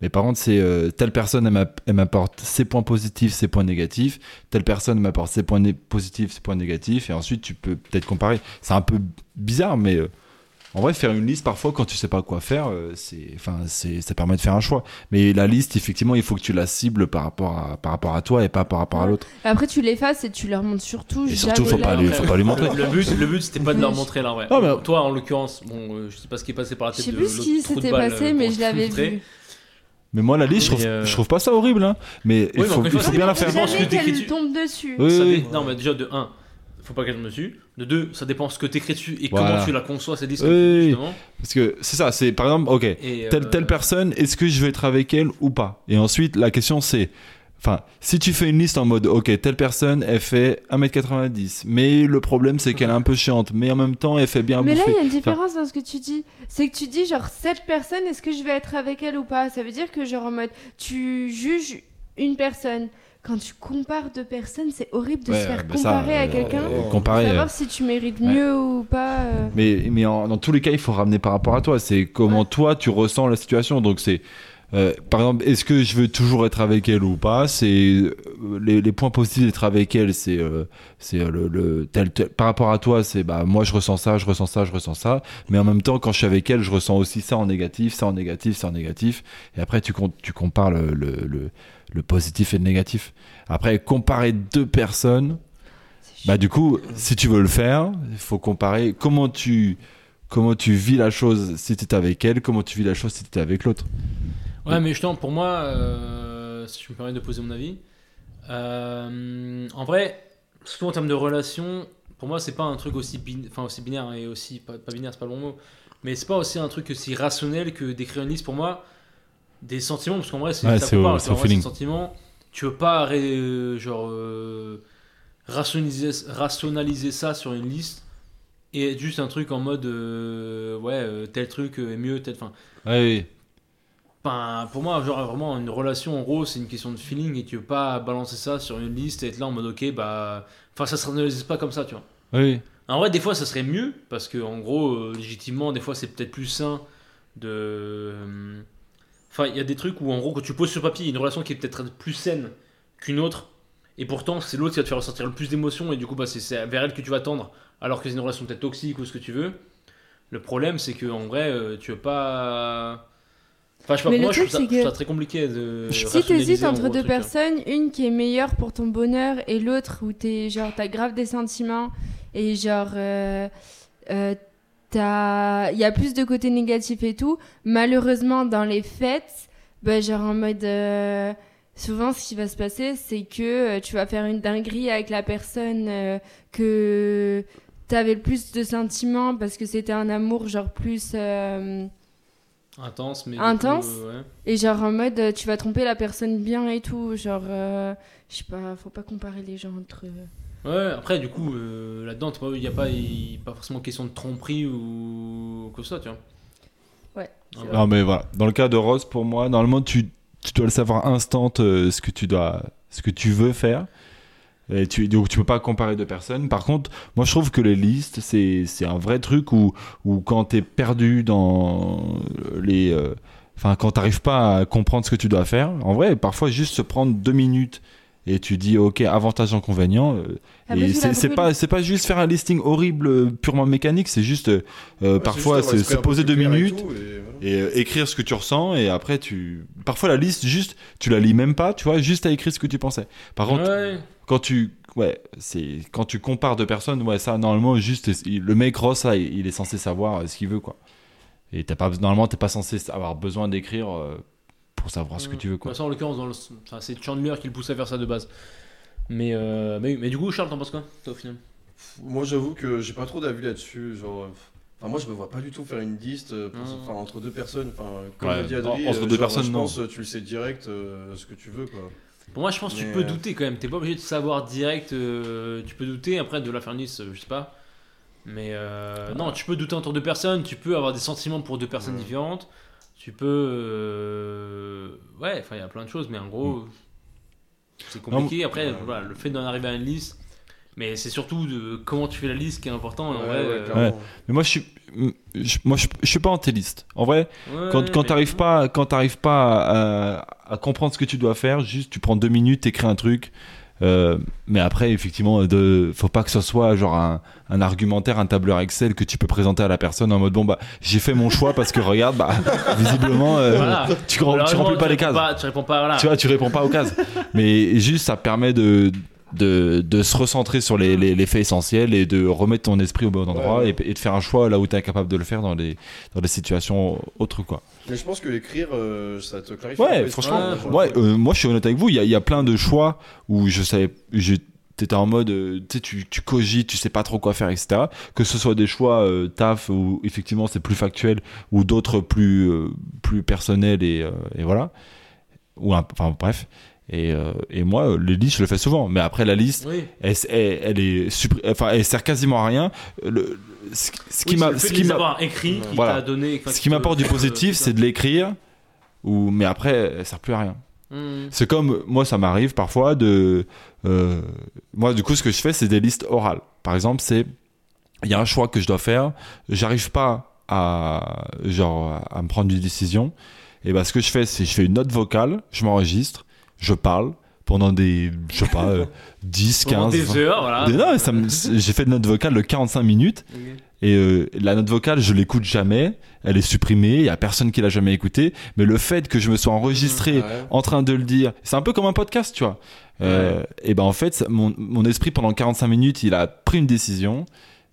Mais par contre, c'est euh, telle personne, elle m'app- elle m'apporte ses points positifs, ses points négatifs, telle personne m'apporte ses points né- positifs, ses points négatifs, et ensuite, tu peux peut-être comparer. C'est un peu bizarre, mais euh, en vrai, faire une liste, parfois, quand tu sais pas quoi faire, euh, c'est, enfin, c'est, ça permet de faire un choix. Mais la liste, effectivement, il faut que tu la cibles par rapport à, par rapport à toi et pas par rapport à l'autre. Après, tu l'effaces et tu leur montres surtout. Et surtout, jamais faut la- pas lui, faut pas lui montrer. Le but, le but c'était pas de leur Oui. montrer là, ouais. Ah, mais- Toi, en l'occurrence, bon, euh, je sais pas ce qui est passé par la Je tête sais de plus ce qui l'autre trou de s'était balle, passé, euh, mais qu'on je l'avais filtrait. vu. Mais moi, la liste, je Mais, trouve, euh, je trouve pas ça horrible, hein. Mais il mais faut, encore une il fois, faut c'est bien la pour faire. ça que Jamais t'écris- qu'elle tombe dessus. Oui, Ça oui, dé- Non, mais déjà, de 1, faut pas qu'elle me dessus. De 2, ça dépend ce que t'écris dessus et Voilà. comment tu la conçois, cette liste, Oui, oui, oui. justement. Parce que c'est ça, c'est par exemple, ok, Et, euh, telle, telle personne, est-ce que je vais être avec elle ou pas Et ensuite, la question c'est. Enfin, si tu fais une liste en mode, ok, telle personne, elle fait 1m90, mais le problème c'est qu'elle est un peu chiante, mais en même temps, elle fait bien Mais là, bouffer. il y a une différence dans ce que tu dis. C'est que tu dis, genre, cette personne, est-ce que je vais être avec elle ou pas Ça veut dire que, genre, en mode, tu juges une personne. Quand tu compares deux personnes, c'est horrible de Ouais, se faire bah, ça, comparer à euh, quelqu'un. euh, Comparer. euh, savoir si tu mérites ouais. mieux ou pas. euh. Mais, mais en- dans tous les cas, il faut ramener par rapport à toi. C'est comment toi tu ressens la situation. Donc c'est euh, par exemple, est-ce que je veux toujours être avec elle ou pas C'est euh, les, les points positifs d'être avec elle, c'est euh, c'est euh, le, le- tel, tel- par rapport à toi, c'est bah moi je ressens ça, je ressens ça, je ressens ça, mais en même temps quand je suis avec elle, je ressens aussi ça en négatif, ça en négatif, ça en négatif, et après tu com- tu compares le le, le le positif et le négatif. Après comparer deux personnes, bah du coup, si tu veux le faire, il faut comparer comment tu comment tu vis la chose si tu es avec elle, comment tu vis la chose si tu es avec l'autre. Ouais, mais justement, pour moi, euh, si je me permets de poser mon avis, euh, en vrai, surtout en termes de relation, pour moi, c'est pas un truc aussi, bin- enfin, aussi binaire hein, et aussi. Pas, pas binaire, c'est pas le bon mot. Mais c'est pas aussi un truc aussi rationnel que d'écrire une liste pour moi des sentiments, parce qu'en vrai, c'est Ouais, ça c'est au- parle, c'est tu vois, au en vrai, feeling. c'est le sentiment. Tu veux pas ré- euh, genre, euh, rationaliser, rationaliser ça sur une liste et être juste un truc en mode euh, ouais, euh, tel truc euh, est mieux, tel. Enfin, Oui, Enfin, pour moi, genre vraiment une relation en gros, c'est une question de feeling et tu veux pas balancer ça sur une liste et être là en mode ok, bah. Enfin, ça se réalise pas comme ça, tu vois. oui. En vrai, des fois, ça serait mieux parce que en gros, euh, légitimement, des fois, c'est peut-être plus sain de. euh, Enfin, il y a des trucs où en gros, quand tu poses sur papier une relation qui est peut-être plus saine qu'une autre et pourtant, c'est l'autre qui va te faire ressentir le plus d'émotions et du coup, bah, c'est- c'est vers elle que tu vas tendre alors que c'est une relation peut-être toxique ou ce que tu veux. Le problème, c'est que en vrai, euh, tu veux pas. Enfin, je sais pas, Mais pour le moi, je truc, trouve ça, c'est je trouve que ça très compliqué de. euh, Si rationaliser, t'hésites en entre gros, deux le truc, hein. personnes, une qui est meilleure pour ton bonheur et l'autre où t'es genre t'as grave des sentiments et genre euh, euh, t'as il y a plus de côté négatif et tout. Malheureusement dans les fêtes, bah, genre en mode euh, souvent ce qui va se passer c'est que euh, tu vas faire une dinguerie avec la personne euh, que t'avais le plus de sentiments parce que c'était un amour genre plus euh, Intense, mais. du Intense. coup, euh, ouais. et genre en mode euh, tu vas tromper la personne bien et tout, genre euh, je sais pas, faut pas comparer les gens entre eux. Ouais, après, du coup, euh, là-dedans, tu vois, il n'y a pas, il- pas forcément question de tromperie ou quoi que ce soit, tu vois. Ouais, Ah c'est bah. Non mais voilà. Dans le cas de Rose, pour moi, normalement, tu, tu dois le savoir instant euh, ce que tu dois, ce que tu veux faire. Et tu, donc tu peux pas comparer deux personnes. Par contre, moi je trouve que les listes, c'est, c'est un vrai truc où, où quand t'es perdu dans les, euh, enfin quand t'arrives pas à comprendre ce que tu dois faire, en vrai, parfois juste se prendre deux minutes et tu dis ok avantage inconvénient. euh, Ah, parce et que la c'est, c'est brûle- pas, c'est pas juste faire un listing horrible euh, purement mécanique, c'est juste euh, parfois c'est juste avoir se, l'esprit se un peu poser plus deux clair et minutes tout, et voilà. et euh, écrire ce que tu ressens et après tu parfois la liste juste tu la lis même pas tu vois juste à écrire ce que tu pensais par contre Ouais. quand tu ouais c'est quand tu compares deux personnes ouais ça normalement juste il- le mec Ross ça, il il est censé savoir euh, ce qu'il veut quoi et t'as pas normalement t'es pas censé avoir besoin d'écrire euh, pour savoir ce que Mm. tu veux quoi Bah, ça, en l'occurrence, dans le... enfin, c'est Chandler qui le pousse à faire ça de base. Mais, euh, mais, oui. mais du coup, Charles, t'en penses quoi, toi, au final Pff, Moi, j'avoue que j'ai pas trop d'avis là-dessus. Genre, euh, enfin, moi, je me vois pas du tout faire une liste euh, pour- Mm. enfin, entre deux personnes. Enfin, comme Ouais, l'a dit Adri, en- entre euh, deux genre, personnes, je non. pense, euh, tu le sais direct euh, ce que tu veux, quoi. Pour moi, je pense que tu Mais, peux euh, douter quand même. T'es pas obligé de savoir direct. euh, tu peux douter après de la faire une liste, euh, je sais pas. Mais euh, non, tu peux douter entre deux personnes. Tu peux avoir des sentiments pour deux personnes Mm. Ouais. différentes. Tu peux. euh, Ouais, enfin, il y a plein de choses, mais en gros, Mm. c'est compliqué. après, Ouais. voilà, le fait d'en arriver à une liste. Mais c'est surtout de comment tu fais la liste qui est important. et en Ouais, vrai, ouais, euh, clairement. mais moi je suis je- moi je, je suis pas antéliste en vrai ouais, quand, quand mais- t'arrives pas quand t'arrives pas euh, à, à comprendre ce que tu dois faire juste tu prends deux minutes t'écris un truc euh, mais après effectivement de, faut pas que ce soit genre un, un argumentaire un tableur Excel que tu peux présenter à la personne en mode bon bah j'ai fait mon choix parce que regarde bah visiblement euh, Voilà. tu, rem- tu Malheureusement, remplis pas les réponds cases tu réponds pas, voilà. tu vois tu réponds pas aux cases mais juste ça permet de de, de se recentrer sur les, les, les faits essentiels et de remettre ton esprit au bon endroit Ouais. Et, et de faire un choix là où t'es capable de le faire dans les dans les situations autres quoi Mais je pense que l'écrire, euh, ça te clarifie. un peu Ouais, les franchement, idées, ouais, genre, euh, moi je suis honnête avec vous, il y, a- il y a plein de choix où je savais, je- t'étais en mode, euh, tu sais, tu- tu cogites, tu sais pas trop quoi faire, etc. Que ce soit des choix euh, taf où effectivement c'est plus factuel ou d'autres plus, euh, plus personnels et, euh, et voilà. Ou un- enfin bref. Et, euh, et moi, euh, les listes, je le fais souvent. Mais après, la liste, Oui. elle, elle- elle est suppré- enfin, elle sert quasiment à rien. Le- Le, ce, ce qui Oui, c'est m'a, le ce fait de qui les m'a, avoir euh, écrits, qui Voilà. t'a donné- enfin, ce qui m'apporte du te- positif, c'est de l'écrire. Ou, mais après, elle sert plus à rien. Hmm. C'est comme moi, ça m'arrive parfois de. euh, moi, du coup, ce que je fais, c'est des listes orales. Par exemple, c'est il y a un choix que je dois faire. J'arrive pas à genre à me prendre une décision. Et bah, ce que je fais, c'est je fais une note vocale, je m'enregistre, je parle pendant des, je sais pas, euh, 10, 15, Pendant des 20. heures, voilà. Des- non, mais ça me- j'ai fait une note vocale de 45 minutes et euh, la note vocale, je l'écoute jamais, elle est supprimée, il y a personne qui l'a jamais écoutée, mais le fait que je me sois Mmh, enregistré Ah Ouais. en train de le dire, c'est un peu comme un podcast, tu vois. Euh, Et ben en fait, ça- mon, mon esprit pendant 45 minutes, il a pris une décision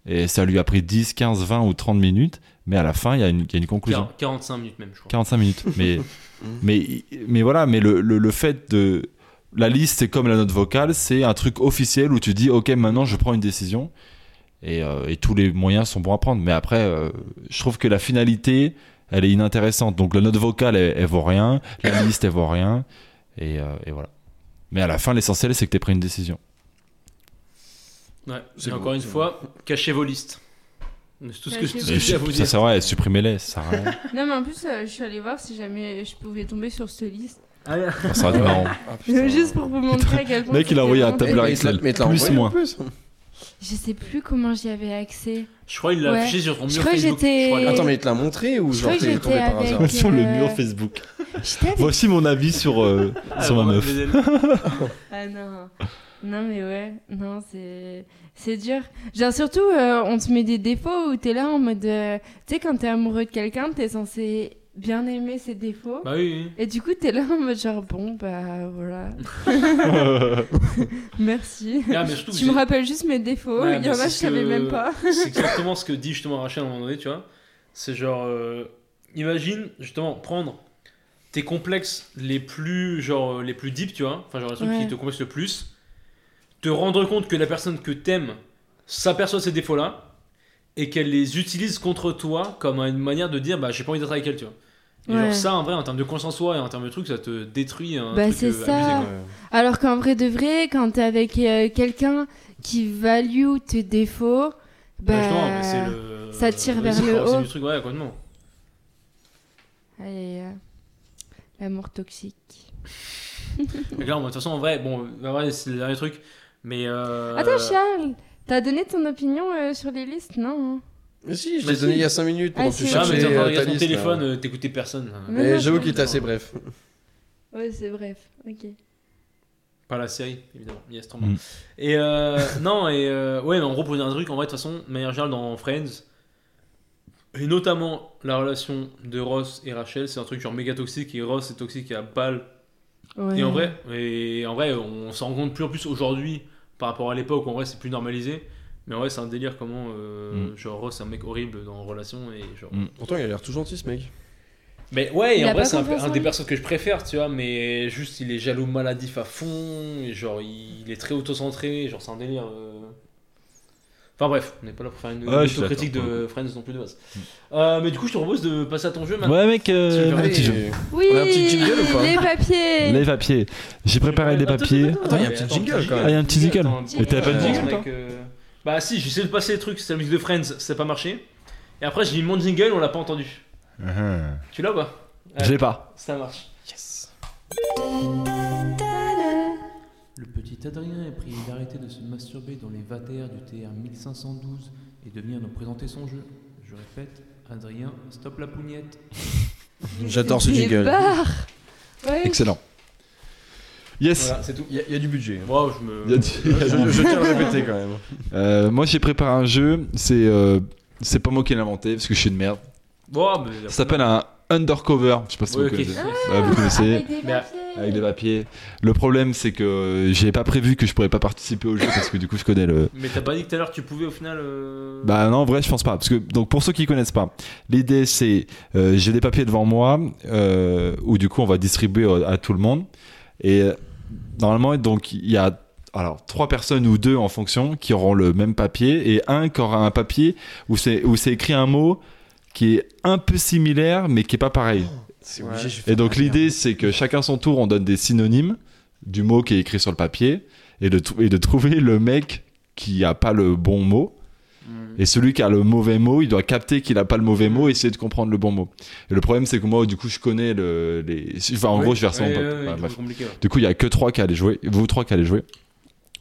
et ça lui a pris 10, 15, 20 ou 30 minutes, mais à la fin, il y a une, il y a une conclusion. 45 minutes même, je crois. 45 minutes. Mais, mais, mais voilà, mais le, le, le fait de. La liste, c'est comme la note vocale, c'est un truc officiel où tu dis, OK, maintenant je prends une décision. Et, euh, et tous les moyens sont bons à prendre. Mais après, euh, je trouve que la finalité, elle est inintéressante. Donc la note vocale, elle, elle vaut rien. La liste, elle vaut rien. Et, euh, et voilà. Mais à la fin, l'essentiel, c'est que tu pris une décision. Ouais. C'est Et bon, encore une c'est fois, cachez vos listes. C'est tout ce que je tout ce que Et Et j'ai à vous ça, dire. c'est vrai, supprimez-les. Ça sert à rien. Non, mais en plus, euh, je suis allée voir si jamais je pouvais tomber sur cette liste. Ça sera du marrant. Ah, putain. Juste pour vous montrer à quel point. Le mec, il c'était a envoyé un bon. Eh, tableau mais il te l'a- Excel. mais il te l'a Plus, envoyé, moins. en plus. Je sais plus comment j'y avais accès. Je crois qu'il l'a Ouais. affiché sur son Je mur crois que Facebook. j'étais- crois, là. Attends, mais il te l'a montré ou Je genre crois que t'es j'étais tombé par avec- hasard Sur le Euh, mur Facebook. J'étais avec- Voici mon avis sur, euh, Ah, sur ma vraiment, meuf. les- Ah non. Non, mais ouais. Non, c'est. C'est dur. Genre, surtout, euh, on te met des défauts où t'es là en mode. euh, Tu sais, quand t'es amoureux de quelqu'un, t'es censé bien aimer ses défauts. Bah oui, oui. Et du coup, t'es là en mode genre, bon, bah voilà. Merci. Ah, mais surtout, Tu vous me êtes- rappelles juste mes défauts. Ouais, Il mais y en a, c'est je ce que- savais même pas. C'est exactement ce que dit justement Rachel à un moment donné, tu vois. C'est genre, euh, imagine justement prendre tes complexes les plus, genre, euh, les plus deep, tu vois. Enfin, genre les trucs Ouais. qui te complexent le plus. Te rendre compte que la personne que t'aimes s'aperçoit de ces défauts-là et qu'elle les utilise contre toi comme une manière de dire, bah, j'ai pas envie d'être avec elle, tu vois. Et Ouais. genre ça, en vrai, en termes de conscience soi et en termes de trucs, ça te détruit. Un Bah, truc, c'est euh, ça. abusé, quoi. Alors qu'en vrai de vrai, quand t'es avec euh, quelqu'un qui value tes défauts, bah. Ouais, justement, mais c'est le- euh, ça tire Ouais, vers c'est le pas- c'est haut. du truc, ouais, complètement. Aïe, aïe, aïe. L'amour toxique. Donc là, de toute façon, en vrai, bon, en vrai, c'est le dernier truc, mais. euh, Attends, Charles, t'as donné ton opinion euh, sur les listes Non. hein Mais si, je Bah l'ai si. donné il y a 5 minutes Ah, pendant que tu si. Ah, mais cherchais t'es encore euh, ta regardé ton liste, là. téléphone, euh, t'écoutais personne. là. Mais non, Et j'avoue je- qu'il est assez bref. Ouais, c'est bref. Ok. Pas la série, évidemment. Yes, trop Mm. Et euh, non, et euh, ouais, mais en gros, pour dire un truc, en vrai, de toute façon, de manière générale, dans Friends, et notamment la relation de Ross et Rachel, c'est un truc genre méga toxique, et Ross est toxique à balle. Ouais. Et en vrai, et en vrai, on s'en rend compte plus en plus aujourd'hui par rapport à l'époque où en vrai c'est plus normalisé. Mais en vrai, c'est un délire comment, Mm. euh, genre, Ross, c'est un mec horrible dans relation et genre. Mm. Pourtant, il a l'air tout gentil ce mec. Mais ouais, Il et en a vrai, pas c'est un, confiance en un des lui. persos que je préfère, tu vois, mais juste il est jaloux maladif à fond, et genre il, il est très autocentré, genre c'est un délire. euh. Enfin bref, on n'est pas là pour faire une, Ah Ouais, je suis une critique d'accord, pour de Friends non plus de base. Euh, mais du coup, je te propose de passer à ton jeu maintenant. Ouais, mec, euh, Tu veux un petit jeu. Et- Oui, On a un petit jingle ou pas les papiers. Les papiers. J'ai préparé Euh, des papiers. Attends, il y a un petit jingle, quand même. Ah, il y a un petit jingle. Et t'avais pas de Attends, jingle, mec, euh, Bah si, j'essaie de passer les trucs, c'est la musique de Friends, ça n'a pas marché. Et après, j'ai mis mon jingle, on l'a pas entendu. Tu l'as ou pas Ouais, Je l'ai pas. Ça marche. Le petit Adrien est prié d'arrêter de se masturber dans les vatères du TR 1512 et de venir nous présenter son jeu. Je répète, Adrien, stop la pougnette. J'adore ce jingle. barres. Ouais, Excellent. Yes. Voilà, c'est tout. Il y a- il y a du budget. Moi, je me. Il y a du- il y a du- Je je tiens à le répéter quand même. Euh, moi, j'ai préparé un jeu. C'est euh, c'est pas moi qui l'ai inventé parce que je suis une merde. Bon, mais. Ça s'appelle un undercover. Je sais pas si Ouais, vous ok. connaissez. Ah, Ouais, vous connaissez. Avec des Mais- papiers. Avec des papiers. Le problème, c'est que euh, j'ai pas prévu que je pourrais pas participer au jeu parce que du coup, je connais le, Mais t'as pas dit que tout à l'heure que tu pouvais au final. euh, Bah non, en vrai, je pense pas. Parce que donc pour ceux qui connaissent pas, l'idée c'est euh, j'ai des papiers devant moi euh, où du coup on va distribuer euh, à tout le monde et euh, normalement donc il y a alors trois personnes ou deux en fonction qui auront le même papier et un qui aura un papier où c'est où c'est écrit un mot qui est un peu similaire mais qui est pas pareil. C'est obligé, je Et donc l'idée, c'est que chacun son tour, on donne des synonymes du mot qui est écrit sur le papier et de, trou- et de trouver le mec qui a pas le bon mot. Hmm. Et celui qui a le mauvais mot, il doit capter qu'il a pas le mauvais mot et essayer de comprendre le bon mot. Et le problème, c'est que moi, du coup, je connais le, les. Enfin, en bah, Ouais. gros, je vais Ouais, ressembler. ouais, ouais, Enfin, c'est bref. compliqué. ouais. Du coup, il y a que trois qui allaient jouer. Vous trois qui allez jouer.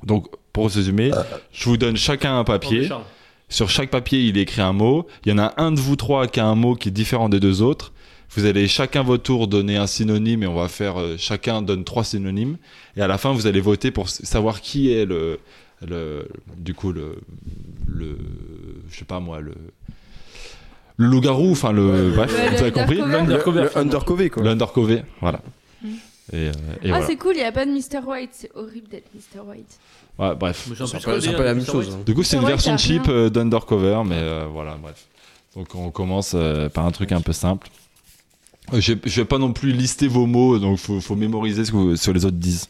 Donc, pour résumer, je vous donne chacun un Oh, papier. Charles. Sur chaque papier, il est écrit un mot. Il y en a un de vous trois qui a un mot qui est différent des deux autres. Vous allez chacun votre tour donner un synonyme et on va faire euh, chacun donne trois synonymes et à la fin vous allez voter pour s- savoir qui est le, le du coup le le je sais pas moi le le loup-garou, enfin le bref, le- vous avez le compris, Dark Over. L'undercover. Le Undercover, quoi. l'undercover, voilà. Mm. Et, euh, et Ah, voilà. c'est cool, il n'y a pas de Mr. White. C'est horrible d'être Mr. White. Ouais, bref. Mais c'est un peu C'est ce pas, qu'on c'est dit, pas la hein, même Mr. chose. White. hein. Du coup, c'est C'est une vrai version qu'il y a cheap rien. euh, d'Undercover, mais euh, voilà, bref. Donc on commence euh, par un truc un peu simple. Euh, Je je vais pas non plus lister vos mots, donc faut, faut mémoriser ce que, vous- ce que les autres disent.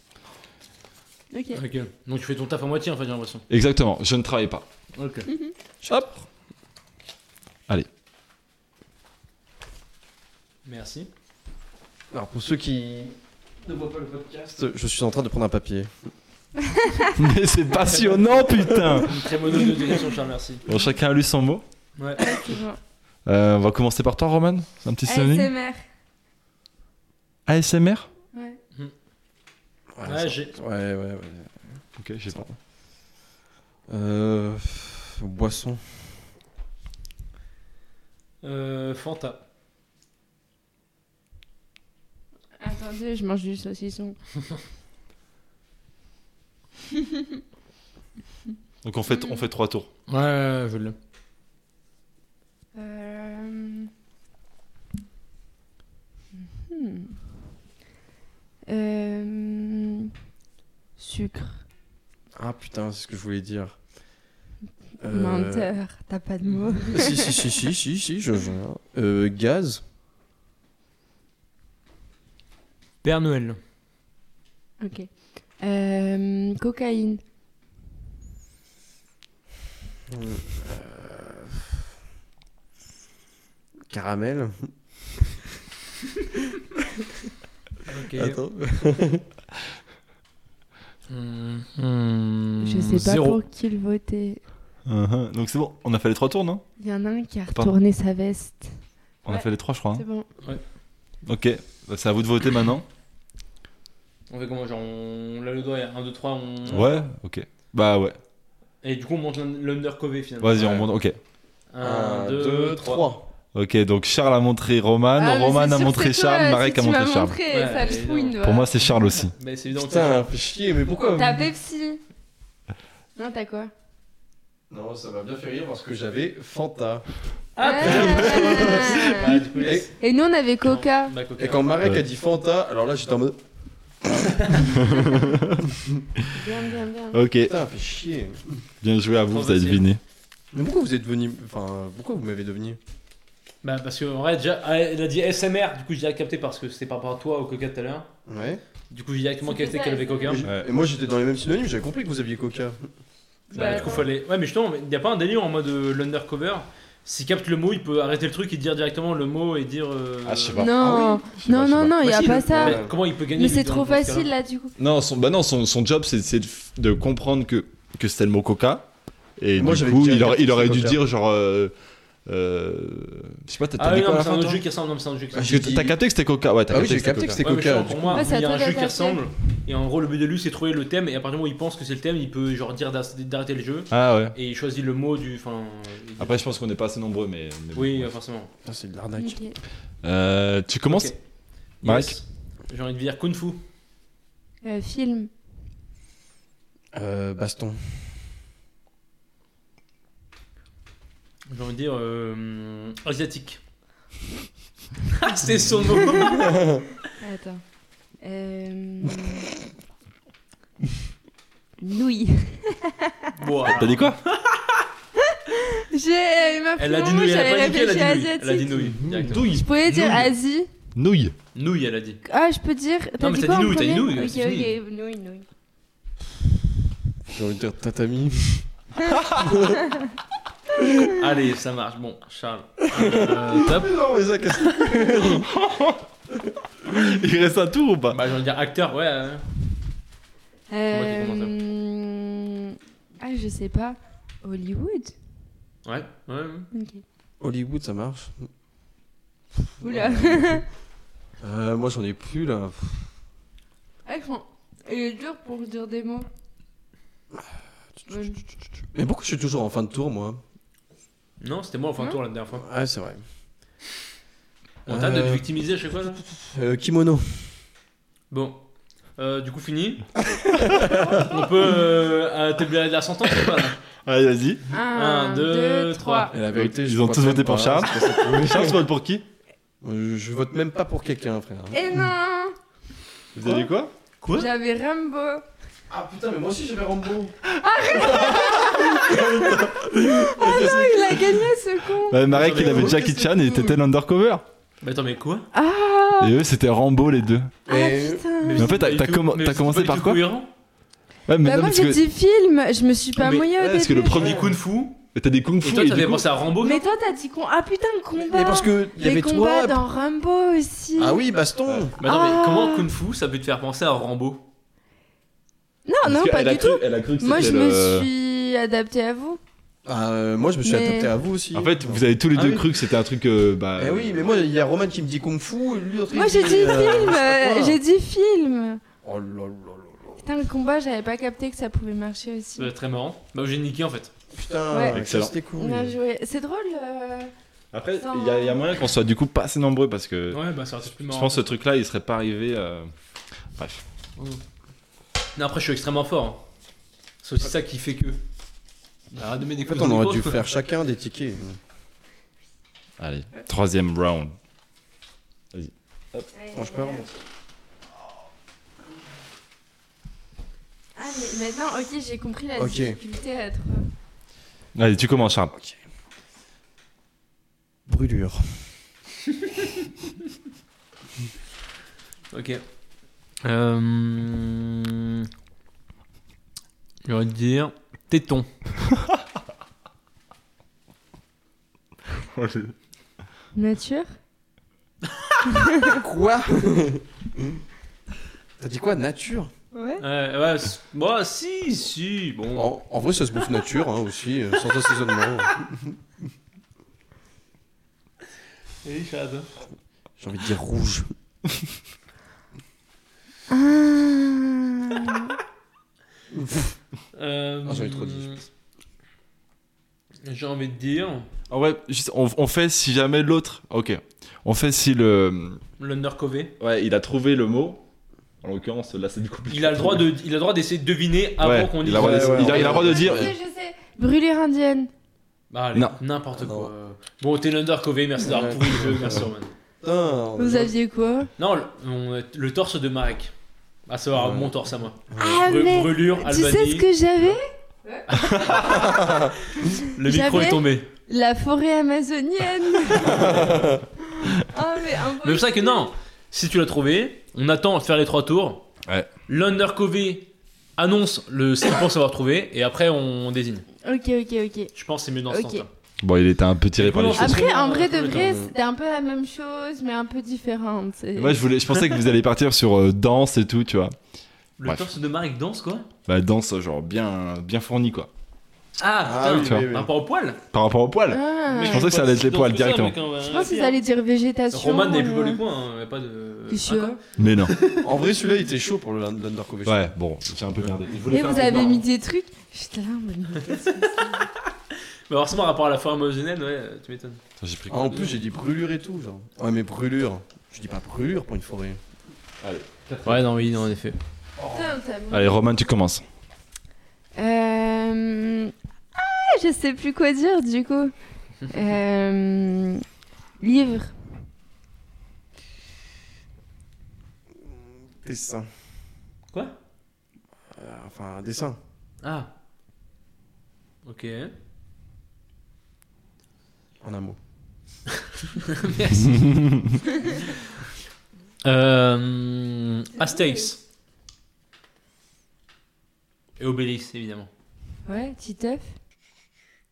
Ok. hein. Ok. Donc tu fais ton taf à moitié, en fait, j'ai l'impression. Exactement, je ne travaille pas. Ok. Hop Merci. Alors, pour ceux qui ne voient pas le podcast, je suis en train de prendre un papier. Mais c'est passionnant, putain Une très bonne note de direction, je te remercie. Bon, chacun a lu son mot. Ouais. C'est bon. Euh, on va commencer par toi, Roman. Un petit synonyme. ASMR. ASMR Ouais. Ouais, j'ai. Ouais, ouais, ouais. Ok, je sais pas. Euh, pff, boisson. Euh, Fanta. Attendez, je mange du saucisson. Donc on fait, on fait trois tours. Ouais, ouais, ouais, je l'ai. Euh... hmm. Euh, Sucre. Ah putain, c'est ce que je voulais dire. Euh, Menteur. T'as pas de mots. si, si, si, si, si, si, je vois. Euh, gaz. Père Noël. Ok. Euh, cocaïne. Caramel. Ok. Attends. Hmm, hmm, Je sais pas zéro. pour qui le voter. Uh-huh. Donc c'est bon, on a fait les trois tours, non Il y en a un qui a Pardon. retourné sa veste. On a Ouais. fait les trois, je crois. hein. C'est bon. Ok, bah, c'est à vous de voter maintenant. On fait comment Genre, on l'a le doigt, 1, 2, 3, on. Ouais, ok. Bah ouais. Et du coup, on monte l'un- l'undercover finalement. Vas-y, on Ouais. monte. Ok. 1, 2, 3. Ok, donc Charles a montré Roman, Ah, mais Roman c'est a sûr, montré c'est toi, Charles, si Marek a tu montré m'as Charles. montré, Ouais, ça me et fouine. Pour voilà. moi, c'est Charles aussi. Mais c'est évident que c'est Putain, fais chier, mais pourquoi T'as Pepsi. Non, t'as quoi Non, ça m'a bien fait rire parce que j'avais Fanta. Ah, Ah. Ah, du coup, Et, laisse. Et nous, on avait Coca. Bah, Coca. et quand Marek Ouais. a dit Fanta, alors là j'étais en mode. Bien, bien, bien. Euh, Ok, Putain, fais chier. bien joué à vous, Trop vous avez facile. deviné. Mais pourquoi vous êtes venu. Enfin, pourquoi vous m'avez devenu Bah, parce que, en vrai, déjà, ah, elle a dit SMR, du coup, j'ai capté parce que c'était par rapport à toi au Coca tout à l'heure. Ouais. Du coup, j'ai directement C'était capté ça, qu'elle avait Coca. Et- Et moi j'étais dans les mêmes synonymes, j'avais compris que vous aviez Coca. Bah, du coup, fallait. Ouais, mais justement, il n'y a pas un délire en mode euh, l'undercover. S'il capte le mot, il peut arrêter le truc et dire directement le mot et dire. euh, Ah, je sais pas. Non, sais non, pas, je sais non, pas. non, il n'y a Bah, si, pas le- ça. mais Comment il peut gagner Mais lui, c'est dans- trop dans ce cas-là facile là, du coup. Non, son, bah non, son, son job, c'est- c'est de, f- de comprendre que, que c'était le mot coca. Et Moi, du j'avais coup, déjà il, aurait- capté il aurait que dû c'était dire genre. Euh, euh, je sais pas, t'as t'as Ah, dit oui, non, quoi à mais la c'est fin, un autre toi jeu qui ressemble, non, mais c'est un jeu qui Ah, ressemble. j'ai Parce que T'as capté que c'était coca Ouais, t'as Ah oui, capté j'ai que c'était capté que coca. c'était Ouais, mais je Coca. crois, pour moi, Ouais, c'est à il y a toi un de jeu qui la ressemble. Et en gros, le but de lui, c'est de trouver le thème. Et à partir du moment où il pense que c'est le thème, il peut genre dire d'ar- d'arrêter le jeu. Ah ouais. Et il choisit le mot du. Enfin. il- Après, je pense qu'on est Ah, pas assez nombreux, mais. mais bon. Oui, euh, forcément. Putain, c'est de l'arnaque. Ok. Euh, tu commences Ok. Marek Yes. J'ai envie de dire Kung Fu. Euh, Film. Euh, baston. J'ai envie de dire. euh, Asiatique. Ah, c'est son mot Attends. Euh... Nouilles. Ouah. T'as dit quoi J'ai. Il m'a pris Elle a mon dit mot, nouille, elle a j'avais pas niqué, elle réfléchi a à dit nouille. Elle a dit asiatique. nouille. directement. Douille. Je pouvais dire Nouille. Asie. Nouille. Nouille, elle a dit. Ah, je peux dire. mais dit t'as quoi dit en nouille, t'as dit premier nouille, c'est Ok, ok, nouille, nouille. J'ai envie de dire tatami. Allez, ça marche. Bon, Charles. Euh, top. Non, mais ça, qu'est-ce que Il reste un tour ou pas Bah, j'ai envie de dire acteur, ouais. ouais. Euh, commence, Ah, je sais pas. Hollywood Ouais, ouais. ouais. Ok. Hollywood, ça marche. Oula. Euh, moi j'en ai plus là. Ah, ils sont- Il est dur pour dire des mots. Euh, Mais pourquoi je suis toujours en fin de tour moi Non, c'était moi en fin de Non. tour la dernière fois. Ouais, c'est vrai. On tâte de te Euh. victimiser à chaque fois là Euh, kimono. Bon. Euh, du coup, fini. On peut euh, euh, t'éblier de la sentence ou pas là Allez, vas-y. Un, deux, trois. Et la vérité, Ils je ont vote tous même voté pour pas, Charles. c'est pour ça que- Charles, tu votes pour qui Euh, Je je vote même pas pour quelqu'un, frère. Et Eh non Vous avez quoi Quoi J'avais Rambo. Ah putain, mais moi aussi j'avais Rambo. Oh, il a gagné ce con bah, Marek, il avait Qu'est-ce Jackie Chan et était l'undercover. Mais attends, mais quoi Ah Et eux, c'était Rambo, les deux. Ah Et putain Mais en fait, t'as- Pas du t'as tout- commen- mais t'as c'est commencé pas du par tout quoi cohérent. Ouais, mais Bah non, moi parce que j'ai dit film, je me suis pas Mais- mouillée au ouais, parce que le début. Premier kung fu. mais t'as des kung-fu. Et toi, et t'avais du coup- pensé à Rambo Mais toi t'as dit con. Ah putain le combat Mais parce que il y Les avait combats toi. dans Rambo aussi Ah oui, baston. Mais attends, oh. mais Ah. comment kung fu ça peut te faire penser à Rambo Ah Non, non, parce pas qu'elle a du cru- tout Elle a cru que Moi je c'était me le- suis adaptée à vous. Ah, euh, moi je me suis Mais- adapté à vous aussi. En fait, vous avez tous les Ah deux oui. cru que c'était un truc. euh, bah, Eh oui, mais moi il y a Roman qui me dit kung fu, et lui l'autre. il Moi j'ai dit, dit euh, film, sais pas euh, quoi. j'ai dit film. Oh là là là Putain le combat j'avais pas capté que ça pouvait marcher aussi. Ça doit être très marrant. Bah, j'ai niqué en fait. là. Putain, Ouais. Excellent. c'était cool. Bien joué. C'est drôle. euh, Après, il y, a- il y a moyen qu'on soit du coup pas assez nombreux parce que Ouais, bah, ça aurait été plus je marrant. pense que ce truc-là, il serait pas arrivé. euh, Bref. Non, après, je suis extrêmement fort. hein. C'est aussi ça qui fait que. Bah, arrête de mettre des En fait, coups on dans le aurait dû micro. faire chacun des tickets. hein. Allez, troisième round. Ah mais maintenant ok j'ai compris la Ok. difficulté à être. euh, Allez, tu commences, Charles. Brûlure. Ok. Euh... J'aurais dû dire téton. Nature Quoi T'as dit quoi Nature Ouais. Ouais, ouais, c'est- bah, si, si, bon. en, en vrai, ça se bouffe nature hein, aussi, euh, sans assaisonnement. hein. J'ai envie de dire rouge. Ah. Euh, Ah, j'en ai trop dit. J'ai envie de dire Ah ouais, juste, on, on fait si jamais l'autre. Ok. On fait si le. l'undercover. Ouais, il a trouvé le mot. En l'occurrence, là, c'est du coup. plus- Il a le droit de, il a le droit d'essayer de deviner avant Ouais, Ah qu'on dise. euh, il a le droit Ouais, de- ouais, il a il a le droit de dire. Je sais, je sais. Brûlure indienne. Bah, allez, Non. n'importe Non. quoi. Euh, Bon, t'es l'undercover, merci d'avoir Ouais. pourri le jeu, merci Roman. Putain. Vous aviez quoi Non, le, on- le torse de Marek. À savoir Ouais. mon torse à moi. Ah Bru- mais Brûlure, tu Albanie. sais ce que j'avais Le micro j'avais est tombé. La forêt amazonienne. Ah mais un Mais c'est pour ça que non, si tu l'as trouvé, on attend à faire les trois tours. Ouais. L'undercover annonce le ce qu'il pense avoir trouvé et après on désigne. Ok ok ok. Je pense que c'est hein, mieux dans ce Ok. sens-là. Bon, il était un peu tiré par les Non, choses. Après, en Ouais, vrai ouais, de ouais, vrai, ouais. c'était un peu la même chose, mais un peu différente. c'est- Moi, je, voulais, je pensais que vous alliez partir sur euh, danse et tout, tu vois. Le Bref. torse de Marek danse quoi Bah, danse, genre, bien, bien fourni, quoi. Ah, Ah, oui, putain, oui, oui. un pas au poil Par rapport au poil. Ah. Je pensais que ça allait être les poils directement. Je pense qu'ils allaient dire végétation. Roman n'est plus euh, pas les points, hein, y a pas de. que Ah, quoi sûr. Mais non. En vrai, celui-là, il était chaud pour le l'undercover. Ouais, bon, j'ai un peu gardé. Et vous avez mis des trucs. Putain, mais Mais alors, c'est par rapport à la forme amazonienne, ouais, euh, tu m'étonnes. J'ai pris Ah, en plus, j'ai dit brûlure et tout. Genre. Ouais, mais brûlure. Je dis pas brûlure pour une forêt. Ouais, non, oui, non, en effet. putain, t'as bon. Oh. Allez, Roman, tu commences. Euh... Ah, je sais plus quoi dire du coup. Euh... Livre. Dessin. Quoi Euh, Enfin, dessin. Ah. Ok. En un mot. Merci. euh, Astérix. Et Obélix, évidemment. Ouais, Titeuf.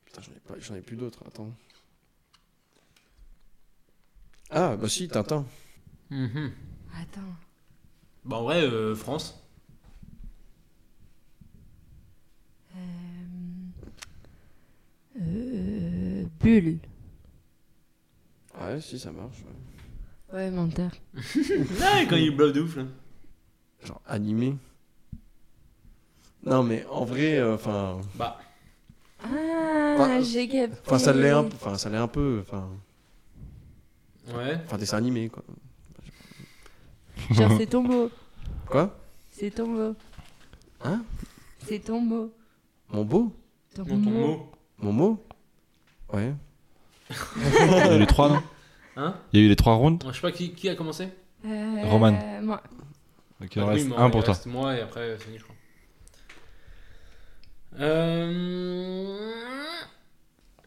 Putain, j'en ai, pas- j'en ai plus d'autres. Attends. Ah, bah si, Tintin. Mhm. Attends. Bah, en vrai, euh, France. Euh, euh, Bulle. Ouais, si, ça marche. ouais. Ouais, menteur. Ouais, quand Ah, il bluffe de ouf, là. Genre animé. Non, mais en vrai, euh, enfin. Bah, Ah, Enfin, j'ai capté. Enfin, ça l'est un, enfin, ça l'est un peu. Enfin. Ouais. Enfin, dessin animé, quoi. Genre, c'est ton mot. Quoi C'est ton mot. Hein C'est ton mot. Mon beau Ton Dans ton mot. mot. Mon mot Ouais. Il y a eu les trois, non Hein Il y a eu les trois rounds Je sais pas qui, qui a commencé. Euh, Roman. Moi. Donc il en Ah, reste oui, moi, un pour il toi. reste Moi et après euh, Sony, je crois.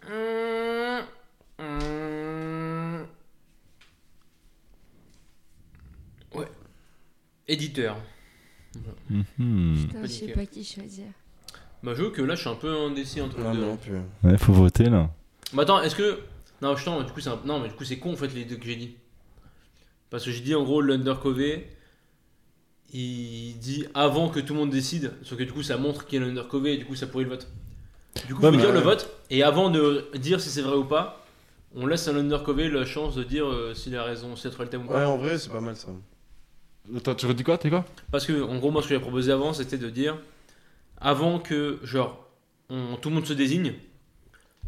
Euh... Ouais. Éditeur. Mhm. Putain, je sais pas qui choisir. Bah, je veux que là, je suis un peu indécis entre Non, les deux. hein. non, plus. Ouais, faut voter là. Mais Bah, attends, est-ce que. Non, je du coup, c'est un- non, mais du coup, c'est con en fait les deux que j'ai dit. Parce que j'ai dit en gros, l'undercover, il dit avant que tout le monde décide, sauf que du coup, ça montre qu'il y a l'undercover et du coup, ça pourrit le vote. Du coup, faut Ouais, Bah, mais- dire le vote, et avant de dire si c'est vrai ou pas, on laisse à l'undercover la chance de dire euh, s'il a raison, s'il a trouvé le thème ou pas. Ouais, en vrai, c'est pas mal ça. Attends, tu redis quoi T'es quoi Parce que, en gros, moi, ce que j'ai proposé avant, c'était de dire avant que, genre, on- tout le monde se désigne,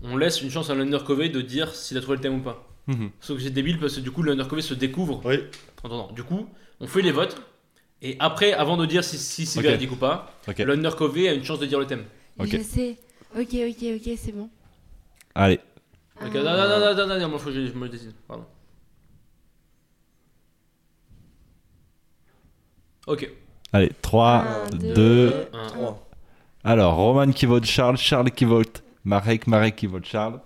on laisse une chance à l'undercover de dire s'il a trouvé le thème ou pas. Mhm. Sauf que c'est débile parce que du coup, l'undercover se découvre. Oui. Attends, attends. Du coup, on fait les votes. Et après, avant de dire si, si c'est Ok. véridique ou pas, Ok. l'undercover a une chance de dire le thème. Ok. Je sais. Ok, ok, ok, c'est bon. Allez. Ok, Ah. non, non, non, non, non, non, non, moi, faut que je, je me désigne. Pardon. Ok. Allez, 3, Un, 2. deux. Un. Alors, Roman qui vote Charles, Charles qui vote Marek, Marek qui vote Charles.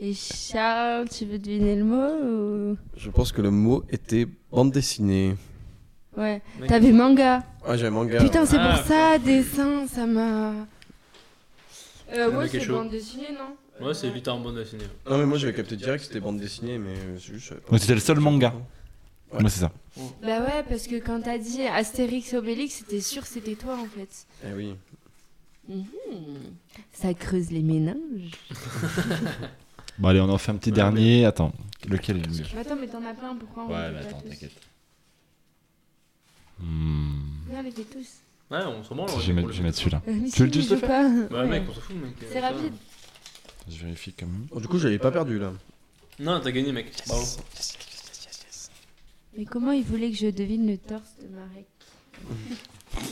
Et Charles, tu veux deviner le mot Je pense que le mot était bande dessinée. ou... Ouais. Mec. T'avais manga. Ah, j'ai un Euh, manga. Putain, c'est Ah, pour ça, dessin, ça m'a. Euh, mais ouais, c'est quelque chose. bande dessinée, non Ouais, c'est vite en bande dessinée. Non, mais moi j'avais capté direct que c'était bande dessinée, mais euh, c'est juste. Donc, c'était le seul manga. Ouais. Moi, c'est ça. Bah ouais, parce que quand t'as dit Astérix Obélix, c'était sûr que c'était toi en fait. Eh oui. Hmm. Ça creuse les méninges. Bon, allez, on en fait un petit dernier. Attends, lequel est le mieux Attends, mais t'en as plein, pourquoi Oh, on les fait pas tous Hmm, Non, on les fait tous. Ouais, on s'en branle. Je on vais les- on mettre les je vais fait mettre tous. celui-là. Euh, mais Tu veux si, juste je le fais faire pas. Ouais, mec, on s'en fout, mec. C'est Ça va. rapide. Je vérifie quand même. Bon, du coup, j'avais pas perdu là. Non, t'as gagné, mec. Bravo. Mais comment il voulait que je devine le torse de Marek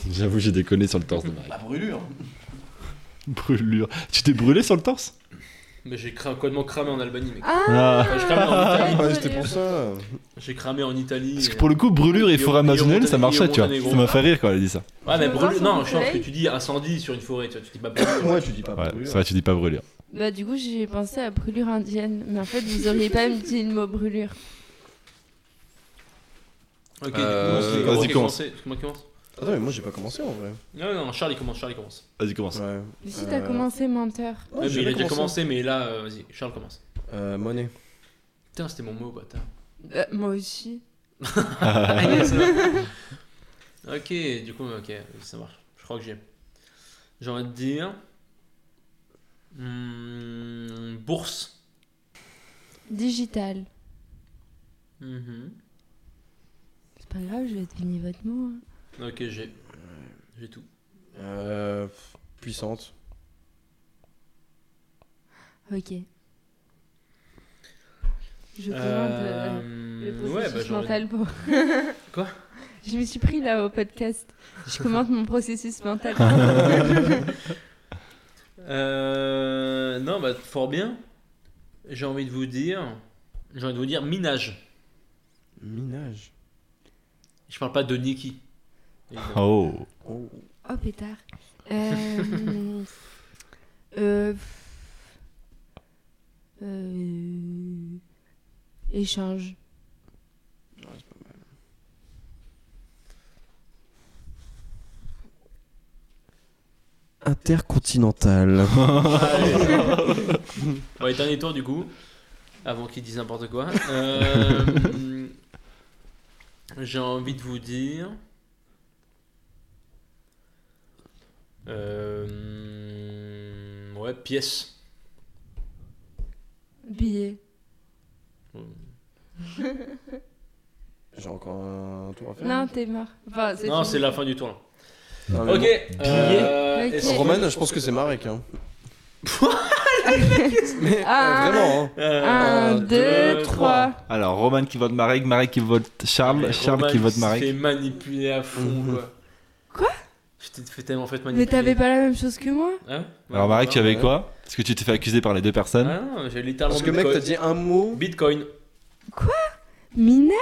J'avoue, j'ai déconné sur le torse de Marek. La brûlure. Brûlure. Tu t'es brûlé sur le torse Mais j'ai cra- complètement cramé en Albanie, mec. Ah Enfin, j'ai cramé en Italie. Ah, c'était pour ça. J'ai cramé en Italie. Parce et- que pour le coup, brûlure et Et forêt au- et au amazonienne, ça Monténégro, marchait, tu vois. au Monténégro. Ça m'a fait rire quand elle a dit ça. Ouais, mais Je me brûlure. lance Non, en je pense que soleil. tu dis incendie sur une forêt, tu vois. Tu dis pas Euh, brûlure. Ouais, tu dis pas Ouais, Ah, brûlure. c'est vrai, tu dis pas brûlure. Bah, du coup, j'ai pensé à brûlure indienne. Mais en fait, vous auriez pas me dit le mot brûlure. Ok, du Euh, coup, c'est vas-y, Goro qui commence. commence. C'est moi qui commence. Attends, mais moi j'ai pas commencé en vrai. Non, non, Charles il commence, Charles il commence. Vas-y, commence. Ouais. Mais si t'as Euh, commencé menteur. Ouais, Ouais, mais j'ai il a déjà commencé. commencé, mais là, euh, vas-y, Charles commence. Euh, monnaie. Putain, c'était mon mot, bâtard. Euh, moi aussi. Ah, yes. ok, du coup, ok, ça marche. Je crois que j'ai. J'ai envie de dire. hmm, bourse. Digital. Mhm. C'est pas grave, je vais deviner votre mot. hein. Ok, j'ai. J'ai tout. Euh, pff, puissante. Ok. Je commande euh, le Euh, processus Ouais, bah, j'ai envie de- mental pour... Quoi Je me suis pris là au podcast. Je commente mon processus mental. Euh, non, bah, fort bien. J'ai envie de vous dire. J'ai envie de vous dire minage. Minage. Je parle pas de Niki. évidemment. Oh. Oh. oh pétard. Euh... euh... euh, Échange. Intercontinental. Bon, et dernier tour du coup. Avant qu'ils disent n'importe quoi. Euh, J'ai envie de vous dire. Euh, ouais, pièce. Billet. j'ai encore un tour à faire. Non, t'es mort. Enfin, Non, fini. c'est la fin du tour là. Ah, mais Ok. euh, Billet. est-ce- bon. Roman, je pense que c'est Marek. Hein. Ah, vraiment, hein. Un, Un, deux, euh, deux, trois. Alors, Roman qui vote Marek, Marek qui vote Eh, Charles, Charles qui vote Mhm. Marek. Marek. fait manipuler à fond, quoi. Quoi Je t'ai fait tellement fait manipuler. Mais t'avais pas la même chose que moi Hein Alors, Marek, tu avais avais quoi Parce que tu t'es fait accuser par les deux Ah Hein personnes. non, j'ai littéralement. Parce que mec, t'as Bitcoin. dit un mot. Bitcoin. Minage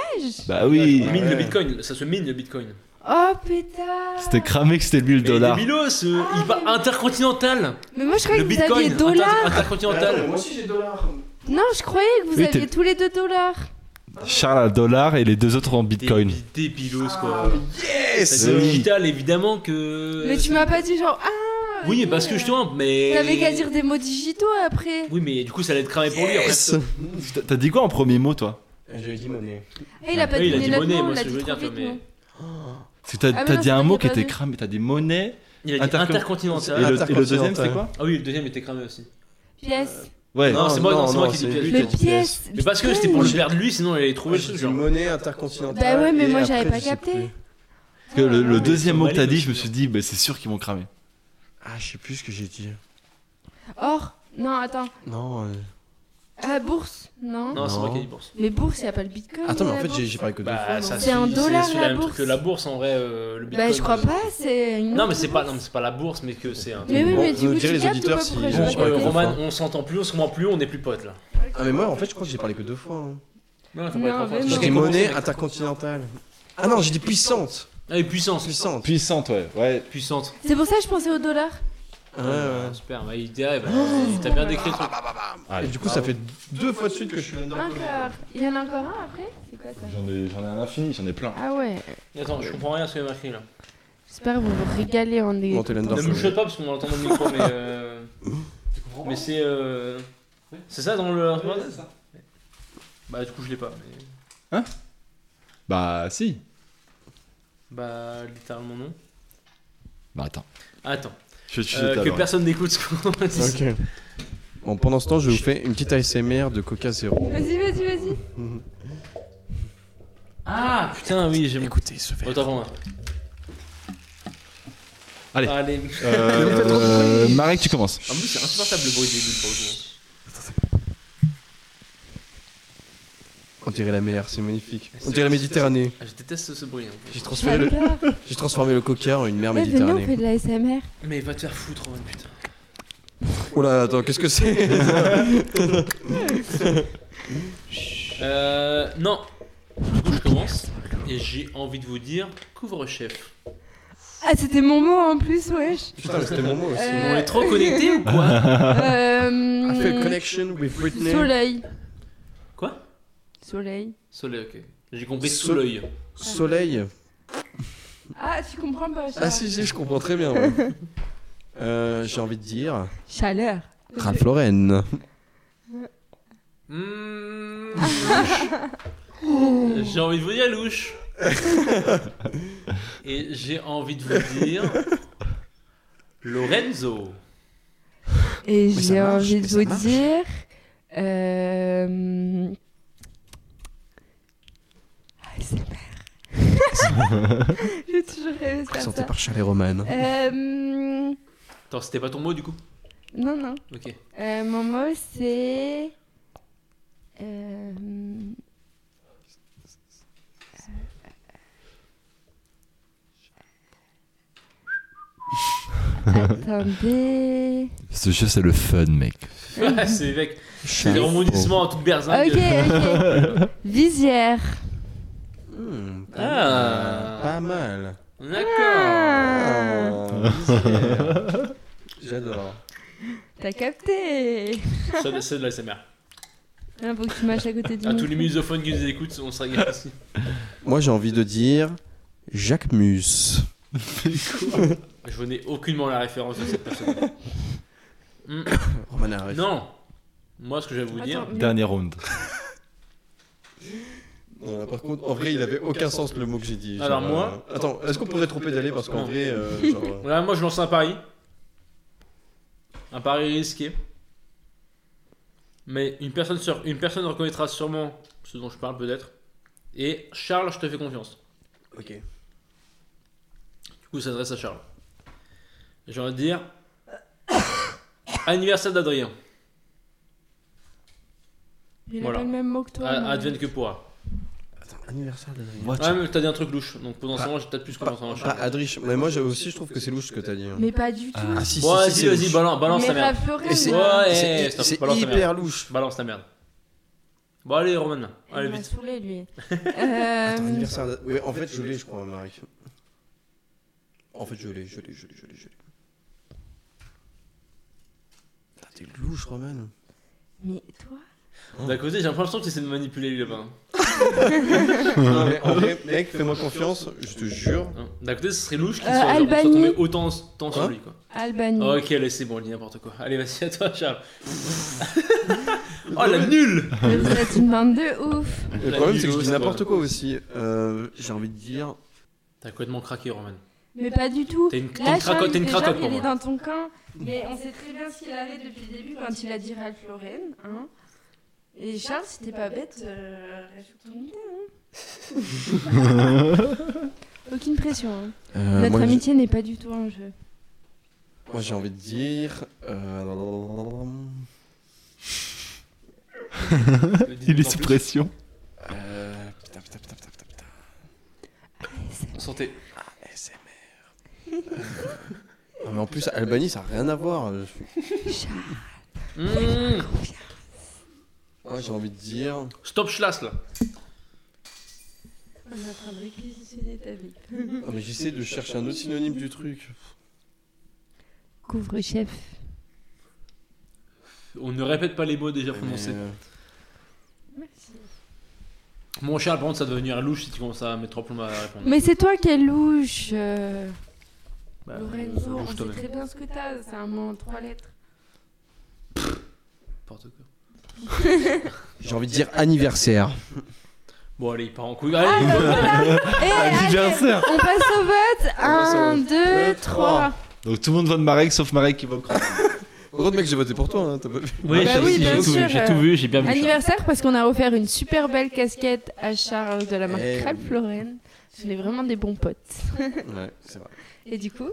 Bah oui Mine le Ouais. bitcoin, ça se mine le bitcoin. Oh pétard C'était cramé que c'était 1000 Mais dollars. Milos, euh, Ah, il va intercontinental. Mais moi je croyais Le que vous aviez bitcoin dollars inter- Ah, intercontinental. aussi j'ai dollars. Non, je croyais que vous Oui, aviez t'es- tous les deux dollars Charles à dollars et les deux autres en bitcoin. Dé- Débilos quoi. Yes C'est oui. digital évidemment que. Ah, Mais tu m'as pas dit genre Ah Oui, ok. parce que justement, mais. T'avais qu'à dire des mots digitaux après Oui, mais du coup, ça allait être cramé pour lui. Après, Yes. ça- T'as- T'as dit quoi en premier mot, toi J'avais dit monnaie. Ah, il a pas Oui, il a donné dit notre monnaie, nom, moi, on l'a ce que je dit veux dire, trop vite mais- non Parce que t'as Ah, mais t'as non, dit c'est un pas mot qu'il qui y a pas était de- cramé. T'as des monnaies. Il a dit Intercon- Et intercontinental. le, et le deuxième, c'est Intercontinental. quoi Ah oui, le deuxième était cramé aussi. Pièce Ouais. hein. Non, c'est moi- non, c'est moi qui dis c'est pièce. lui Le a dit pièce Mais parce que c'était pour le perdre lui, sinon il allait trouver Moi, le j'ai truc. dit genre. monnaie intercontinentale. Bah ouais, mais et moi, j'avais après, pas je sais capté. plus. Parce que le, le mais deuxième mot que Somalie, t'as dit, aussi, je me suis dit, bah, c'est sûr qu'ils vont cramer. Ah, je sais plus ce que j'ai dit. Or Non, attends. Non. euh, Ah, bourse Non, Non, c'est moi Non. qui ai dit bourse. Mais bourse, y a pas le bitcoin Attends, dans mais en la fait, bourse. j'ai j'ai parlé que deux fois. Bah, non ça C'est un c'est- dollar, c'est la le même truc bourse. que la bourse en vrai. euh, le Bah, Bitcoin, je crois euh, pas, c'est une. Non, autre mais c'est pas, bourse. non, mais c'est pas la bourse, mais que c'est un. Mais oui, Bon, mais on du coup, tu dirait les captes ou auditeurs pas si- pourquoi Bon, je je Bon, vois crois pas euh, que- Roman, on s'entend plus, on se ment plus, on n'est plus potes là. Ah, mais moi, en fait, je crois que j'ai parlé que deux fois. hein. Non, Non, mais J'ai non. dit monnaie intercontinentale. Ah non, j'ai dit puissante. Ah, et puissance. Puissante. Puissante, ouais. Ouais. Puissante. C'est pour ça que je pensais au dollar. Ouais, Ah, ouais. Super, bah, il dirait, bah, Oh. t'as bien décrit le truc. Et du coup, ça fait deux fois de suite que je suis là-dedans. Encore. Il y en a encore un après C'est quoi ça J'en ai, j'en ai un infini, j'en ai plein. Ah ouais. Attends, je comprends rien à ce qu'il y a marqué là. J'espère que vous vous régalez en des. Montez l'Under Ne me Soul. choque pas parce qu'on l'entend dans le micro, mais. euh, Mais c'est. euh, C'est ça dans le. Bah, du coup, je l'ai pas. mais- Bah, si. Bah, littéralement non. Ah, Bah, attends. Attends, Je suis euh, que personne n'écoute ce qu'on a dit. Ok. Bon, pendant ce temps, je vous fais une petite ASMR de Coca Zero. Vas-y, vas-y, vas-y. Ah putain, oui, j'ai écouté. Écoutez ce verre. Autant pour moi. Allez. Allez. Euh, Marek, tu commences. En plus, c'est insupportable le bruit des bulles pour le coup. On dirait la mer, c'est magnifique. On dirait la Méditerranée. Ah, Je déteste ce bruit. hein. J'ai Ah, transformé, le... Ah, d'accord. j'ai transformé le coca en une mer Ouais, venez, on Méditerranée. fait de la SMR. Mais va te faire foutre, Roman, putain. Oh là, attends, qu'est-ce que c'est Euh. Non. Du coup, je commence. Et j'ai envie de vous dire couvre-chef. Ah, c'était mon mot en plus, wesh. Putain, mais c'était mon mot aussi. Euh, On est trop connectés ou quoi Euh. I feel connection with Britney. Soleil. Quoi Soleil. Soleil, ok. J'ai compris sous Sol- l'œil. Soleil. Ah, tu comprends pas, Charles. Ah si, si, je comprends très bien. ouais. Euh, j'ai envie de dire. Chaleur. Ralph Lauren. Hmm. Mmh. j'ai envie de vous dire louche. Et j'ai envie de vous dire Lorenzo. Et Mais ça j'ai marche, envie mais de ça vous marche. dire. Euh... ASMR. J'ai toujours rêvé de faire Présenté ça. par Chalet Roman. Euh... hum, Attends, c'était pas ton mot du coup Non, non. Ok. Euh, mon mot, c'est. Euh... hum, euh, Attendez. Ce jeu, c'est le fun, mec. Ah, c'est mec. C'est des rebondissements en toute berzingue. Ok, ok. Visière. Hmm, pas Ah. mal. Pas mal. D'accord. Ah, Oh, J'adore. T'as capté Ça, C'est de la SMR. Il Faut que tu mâches à côté du À tous les micro. musophones qui nous écoutent, on sera gâtés aussi. Moi, j'ai envie de dire Jacques Mus. Je n'ai aucunement la référence de cette personne. Hmm. Roman arrive. Non. Moi, ce que je vais vous dire. Attends, mais- Dernier round. Non, là, Euh, par contre, en vrai, il avait aucun sens le mot que j'ai dit. Alors, Genre, moi- euh, Attends, est-ce qu'on pourrait tromper d'aller parce qu'en Non. vrai, euh, genre. euh, Voilà, moi, je lance un pari. Un pari risqué. Mais une personne, sur... une personne reconnaîtra sûrement ce dont je parle, peut-être. Et Charles, je te fais confiance. Ok. Du coup, ça s'adresse à Charles. J'ai envie de dire. Anniversaire d'Adrien. Il Voilà. a pas le même mot que toi. Ah, mais- Advienne que pourra. Attends, anniversaire d'Adrien. Ouais, mais t'as dit un truc louche, donc Ah. potentiellement j'ai peut-être plus commencé à Pas Adrich. Mais moi j'ai- aussi, je trouve que c'est louche ce que t'as dit. hein. Mais pas du tout. Ah si, si, Ouais, si, vas-y, c'est vas-y, louche. balance, balance ta mais merde. Raph Lauren, Et c'est- là, Ouais, eh, C'est stop, c'est balance ta merde. hyper louche. Balance ta merde. Bon, allez, Roman, là. il Allez, m'a vite. saoulé, lui. Attends, Euh, anniversaire d'Ad- Oui, en fait, je l'ai, je crois, Marc. En fait, je l'ai, je l'ai, je l'ai, je l'ai, je l'ai. Ah, T'es louche, Roman. Mais toi D'un côté, j'ai l'impression que t'essaies de manipuler lui là-bas. Non, mais en vrai, mec, fais-moi confiance, je te jure. hein. D'un côté, ce serait louche qu'il Euh, Mm. soit, genre, soit Albanie. tombé autant de temps sur Hein lui, quoi. Ah, Albanie. Ok, allez, c'est bon, il dit n'importe quoi. Allez, vas-y, à toi, Charles. oh, la nulle Mais Vous êtes une bande de ouf. Le problème, c'est que je dis n'importe quoi aussi. Euh, J'ai envie de dire. T'as complètement craqué, Roman. Mais pas du tout. T'es une, t'es Là, une cracotte, Charles, t'es une déjà, cracotte pour il est moi. dans ton camp. Mais on sait très bien ce qu'il avait depuis le début quand il a dit Ralph Lauren. Hein. Et Charles, si t'es pas bête, euh, reste sur ton idée. Hein. Aucune pression. hein. Euh, Notre moi, j'ai- amitié n'est pas du tout en jeu. Moi j'ai envie de dire. euh, Il est sous pression. euh, Putain, putain, putain, putain, putain, putain. Santé. ASMR. Euh, non, mais en plus, Albanie ça n'a rien à voir. euh, Je suis- Mmh. Moi ah, j'ai envie de dire. Stop schlass, là. On est en train de réquisitionner ta vie. Non, ah, mais j'essaie de chercher un autre synonyme du truc. Couvre-chef. On ne répète pas les mots déjà prononcés. Mais, euh, Merci. Mon Charles, par contre, ça va devenir louche si tu commences à mettre trois plombs à répondre. Mais c'est toi qui es louche, euh, Bah, euh, Lorenzo. on louche sait toi-même. très bien ce que t'as. C'est un mot en trois lettres. N'importe quoi. J'ai envie de dire anniversaire. Bon, allez, il part en couille. Ah, Allez, Eh, Ah, allez, Anniversaire. on passe au vote. passe au 1, 2, 3. Donc tout le monde vote Marek sauf Marek qui vote Croc. Par contre, mec, j'ai voté pour toi. Hein, t'as pas vu. Oui, bah oui, bien sûr, euh, vu, j'ai bien Anniversaire parce qu'on a offert une super belle casquette à Charles de la marque Eh Ralph Lauren. Je l'ai vraiment des bons potes. Ouais, c'est vrai. Et du coup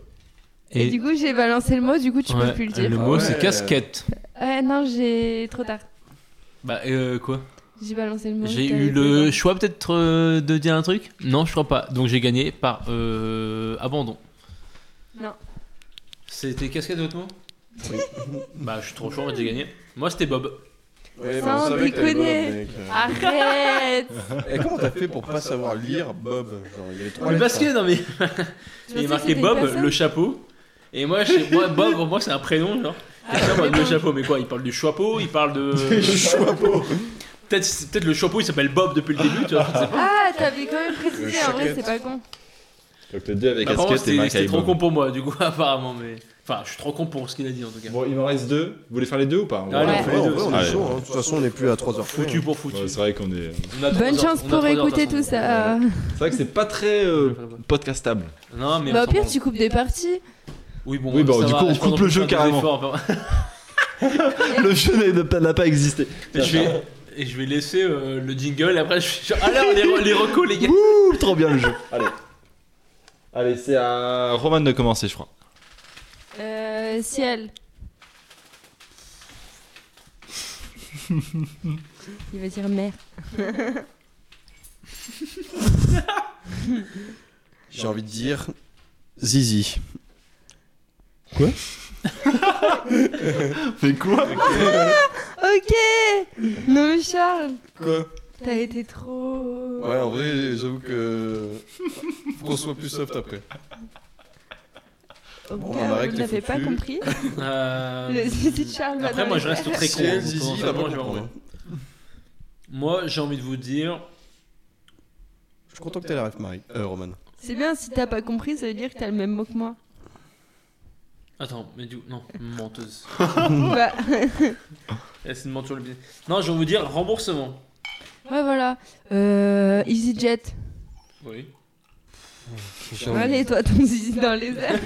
Et, Et- du coup, j'ai balancé le mot, du coup, tu peux plus le dire. le Ah mot ouais. c'est casquette. Ouais, non, j'ai trop tard. Bah, euh, quoi J'ai balancé le mot. J'ai t'avais eu plus le temps. choix peut-être euh, de dire un truc Non, je crois pas. Donc j'ai gagné par euh, abandon. Non. C'était casquette votre mot Bah, je suis trop chaud, j'ai gagné. Moi, c'était Bob. Ouais, Sans mais on savait que t'allais déconner. Bob, mec. euh. Arrête Et comment t'as fait pour pas savoir lire Bob Genre, il y avait trois Mais lettres, parce hein. que, non mais. Je Il pensais est que marqué c'était Bob, une personne. le chapeau. Et moi, je, moi, Bob, pour moi, c'est un prénom, genre. Et ça, moi, le chapeau, mais quoi Il parle du chapeau, il parle de. Peut-être peut le chapeau, il s'appelle Bob depuis le début, tu vois. je sais pas. Ah, t'avais quand même précisé, en vrai, chaquette. c'est pas con. Donc le 2 avec Bah, par contre, casquette et c'était Marek c'était avec trop Bob. con pour moi, du coup, apparemment, mais. Enfin, je suis trop con pour ce qu'il a dit en tout cas. Bon, il m'en reste deux. Vous voulez faire les deux ou pas Ah, On va- Allez, Ouais, on fait les en deux, vrai, on c'est est bon. chaud. hein. De toute façon, on n'est plus à 3h. Foutu pour foutu. Ouais, c'est vrai qu'on est. On a trois Bonne heures- chance on a pour trois heures écouter d'avance. tout ça. Euh, C'est vrai que c'est pas très euh, podcastable. Non, mais. Bah, on au pire, s'en tu coupes des parties. branle. Oui, bon, Oui, bah, ça du va, coup, on je pense coupe qu'on le peut faire jeu des carrément. efforts, enfin. le jeu n'a- n'a pas existé. Et je vais. Et je vais laisser euh, le jingle, et après, je suis genre, alors, les, re- les recos, les gars. Ouh, trop bien le jeu. Allez. Allez, c'est à Roman de commencer, je crois. Euh, ciel. Il va dire mer. J'ai envie de dire Zizi. Fais quoi Ok Non, mais Charles, Quoi t'as été trop. Ouais, en vrai, j'avoue que. euh, Faut qu'on soit plus soft après. Au Bon, cas on où arrête vous les n'avez pas foutus. compris. Euh, Le zizi de Charles va Après, dans moi, les je reste airs. très con. Ciel, donc, Zizi, potentiellement, là, par je vais contre, envoyer. Moi, j'ai envie de vous dire. Je suis content que t'aies la ref, Marie. Euh, Roman. C'est bien, si t'as pas compris, ça veut dire que t'as le même mot que moi. Attends, mais du coup, non, menteuse. Bah, Elle, c'est une menteuse sur le business. Non, je vais vous dire remboursement. ouais, voilà. Euh, EasyJet. Oui. Allez, toi, ton zizi dans les airs.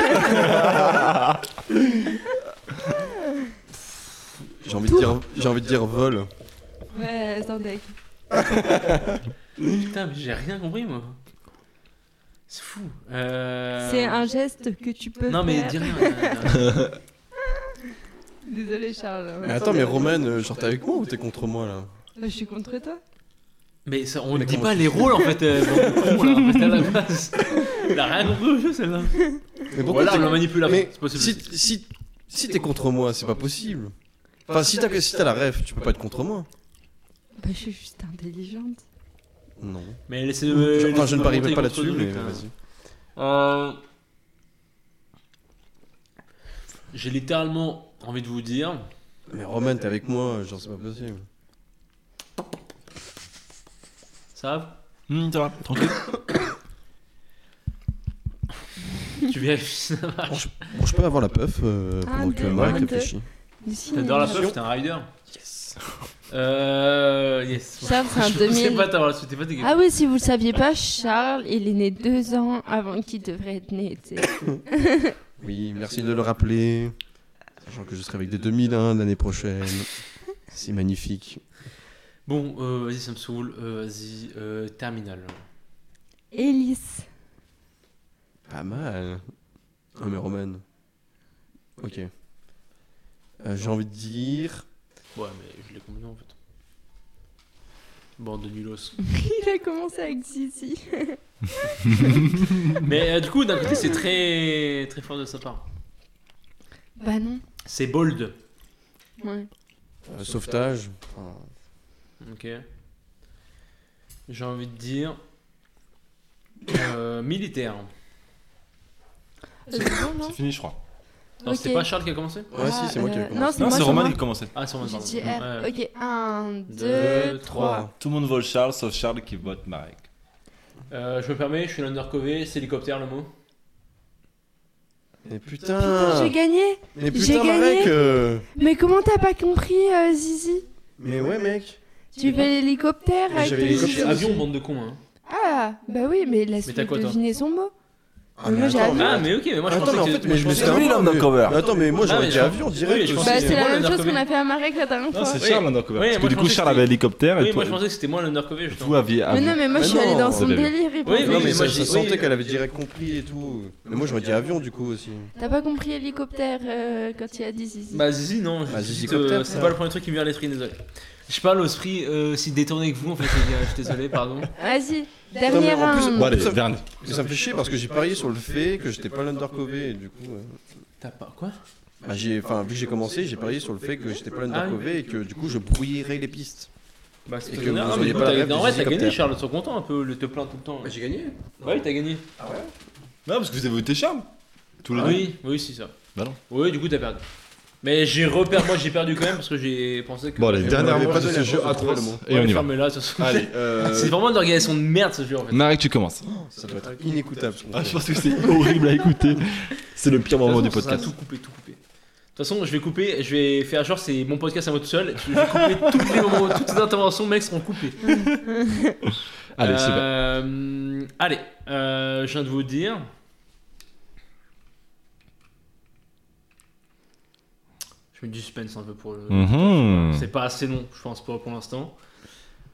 J'ai envie, de dire, j'ai envie de dire vol. Ouais, sans deck. Putain, mais j'ai rien compris, moi. C'est fou. Euh... C'est un geste que tu peux Non, mais faire. dis rien. euh, Désolé, Charles. Mais attends, mais Roman, euh, genre t'es avec moi ou t'es contre moi là Là, Bah, je suis contre toi. Mais ça, on ne dit pas les rôles en fait. euh, bon, on la remet à la place. Il a rien compris au jeu celle-là. Mais Ou alors il l'a manipulé. Mais C'est possible. si, si, si t'es contre moi, c'est pas possible. Enfin, si t'as si t'as la ref, tu peux pas être contre moi. Bah, je suis juste intelligente. Non. Mais laissez. Je- euh, Enfin, je ne laissez-moi parierai monter pas contre là-dessus, nous, mais putain. vas-y. Euh, J'ai littéralement envie de vous dire. Mais Roman, t'es avec moi, genre c'est pas possible. Ça va Hum, ça va, tranquille. Tu vérifies ça Bon, je peux avoir la puff euh, Ah, pendant que deux, Marc un, deux. réfléchit. Mais si, T'adores la mais- puff, t'es un rider Yes Euh. Yes. Charles, c'est un Je sais 2000. pas t'avoir la suite, t'es pas dégueu. Ah oui, si vous le saviez pas, Charles, il est né deux ans avant qu'il devrait être né. tu sais. Oui, merci de le rappeler. Sachant que je serai avec des 2001 l'année prochaine. C'est magnifique. Bon, euh, vas-y, ça me saoule. Euh, vas-y, euh, terminal. Élise. Pas mal. Ah, mais Roman. Ok. Euh, J'ai envie de dire. Ouais, mais je l'ai combiné en fait. Bande de nulos. Il a commencé avec Zizi. mais euh, du coup, d'un côté, c'est très très fort de sa part. Bah non. C'est bold. Ouais. euh, sauvetage. Enfin, Ok. J'ai envie de dire. euh, militaire. Euh, non, non. C'est fini, je crois. Non, c'est Ok. pas Charles qui a commencé Ouais, si, c'est moi qui ai Euh, commencé. Non, c'est Non, moi, c'est c'est Roman moi. qui a commencé. Ah, c'est J'ai moi. dit pardon. R. Ouais. Ok, 1, 2, Deux, 3. trois. Ah. Tout le monde vote Charles, sauf Charles qui vote Marek. Euh, je me permets, je suis l'undercover, c'est hélicoptère le mot. Mais J'ai putain gagné Mais j'ai putain, gagné. Marek euh, Mais comment t'as pas compris, euh, Zizi Mais ouais, mec Tu fais l'hélicoptère Mais avec j'avais le l'hélicoptère. Zizi. J'ai avion, bande de cons. Hein. Ah, bah oui, mais laisse-le t'as quoi, toi deviner son mot. Ah, Moi, j'ai attends, avion. Ah, mais ok, mais moi je Attends, pensais mais en que fait, c'était- mais je me pensais- suis lui, l'undercover. Mais Attends, mais moi Ah, j'aurais mais dit je- avion direct oui, je aussi. pensais- Bah, c'est c'est moi, la même chose l'undercover. qu'on a fait à Marek la dernière Non, fois. c'est Oui. Charles l'undercover. Oui, Parce que moi, du je coup, pensais Charles que avait l'hélicoptère et Oui, toi. moi je pensais que c'était moi l'undercover. justement. Tout avait. Mais non, mais moi, Mais je suis allée non, dans son au début. délire. et Oui, puis- Non, oui, mais moi, ça, j'ai- ça sentait oui. qu'elle avait direct compris et tout. Mais moi j'aurais dit avion du coup aussi. T'as pas compris hélicoptère euh, quand il a dit Zizi. Bah Zizi non, Bah, je- Zizi je- Copter, euh, c'est ça. pas le premier truc qui me vient à l'esprit, désolé. Je parle au esprit euh, si détourné que vous en fait, les gars, je suis désolé, pardon. Vas-y, Non, mais dernière en plus- round. Bon, allez, ça- dernier. Mais ça me fait chier parce que j'ai parié sur le fait que j'étais pas l'undercover et du coup. euh, T'as pas quoi Bah, j'ai, enfin, vu que j'ai commencé, j'ai parié sur le fait que j'étais pas l'undercover et que du coup je brouillerais les pistes. Bah c'est Et pas que grave. vous Non, mais auriez du pas coup, la t'as- rêve En du vrai, t'as Zizi gagné, Copter. Charles, ils sont contents un peu, le te plaint tout le temps. Ah, J'ai gagné. Ouais, t'as gagné. Ah Non, parce que vous avez voté Charles. Tous les deux. Oui, oui, c'est ça. Bah non. Oui, du coup, t'as perdu. Mais j'ai repère, moi j'ai perdu quand même parce que j'ai pensé que. Bon, allez, dernière Dernièrement, réponse de ce jeu atroce. Et on y va. Mais là, de toute façon, Allez, c'est euh. vraiment une organisation de merde ce jeu en fait. Marek, tu commences. Ça doit être inécoutable. ce qu'on Ah, je fait. pense que c'est horrible à écouter. C'est le pire De toute moment du façon, ça podcast. sera Tout couper, tout couper. De toute façon, je vais couper, je vais faire genre c'est mon podcast à moi tout seul. Je vais couper tous les moments, toutes les interventions, mec, seront coupées. Allez, c'est bon. Euh, Allez, euh, je viens de vous dire. Je mets du suspense un peu pour le. Mhm. C'est pas assez long, je pense pas pour l'instant.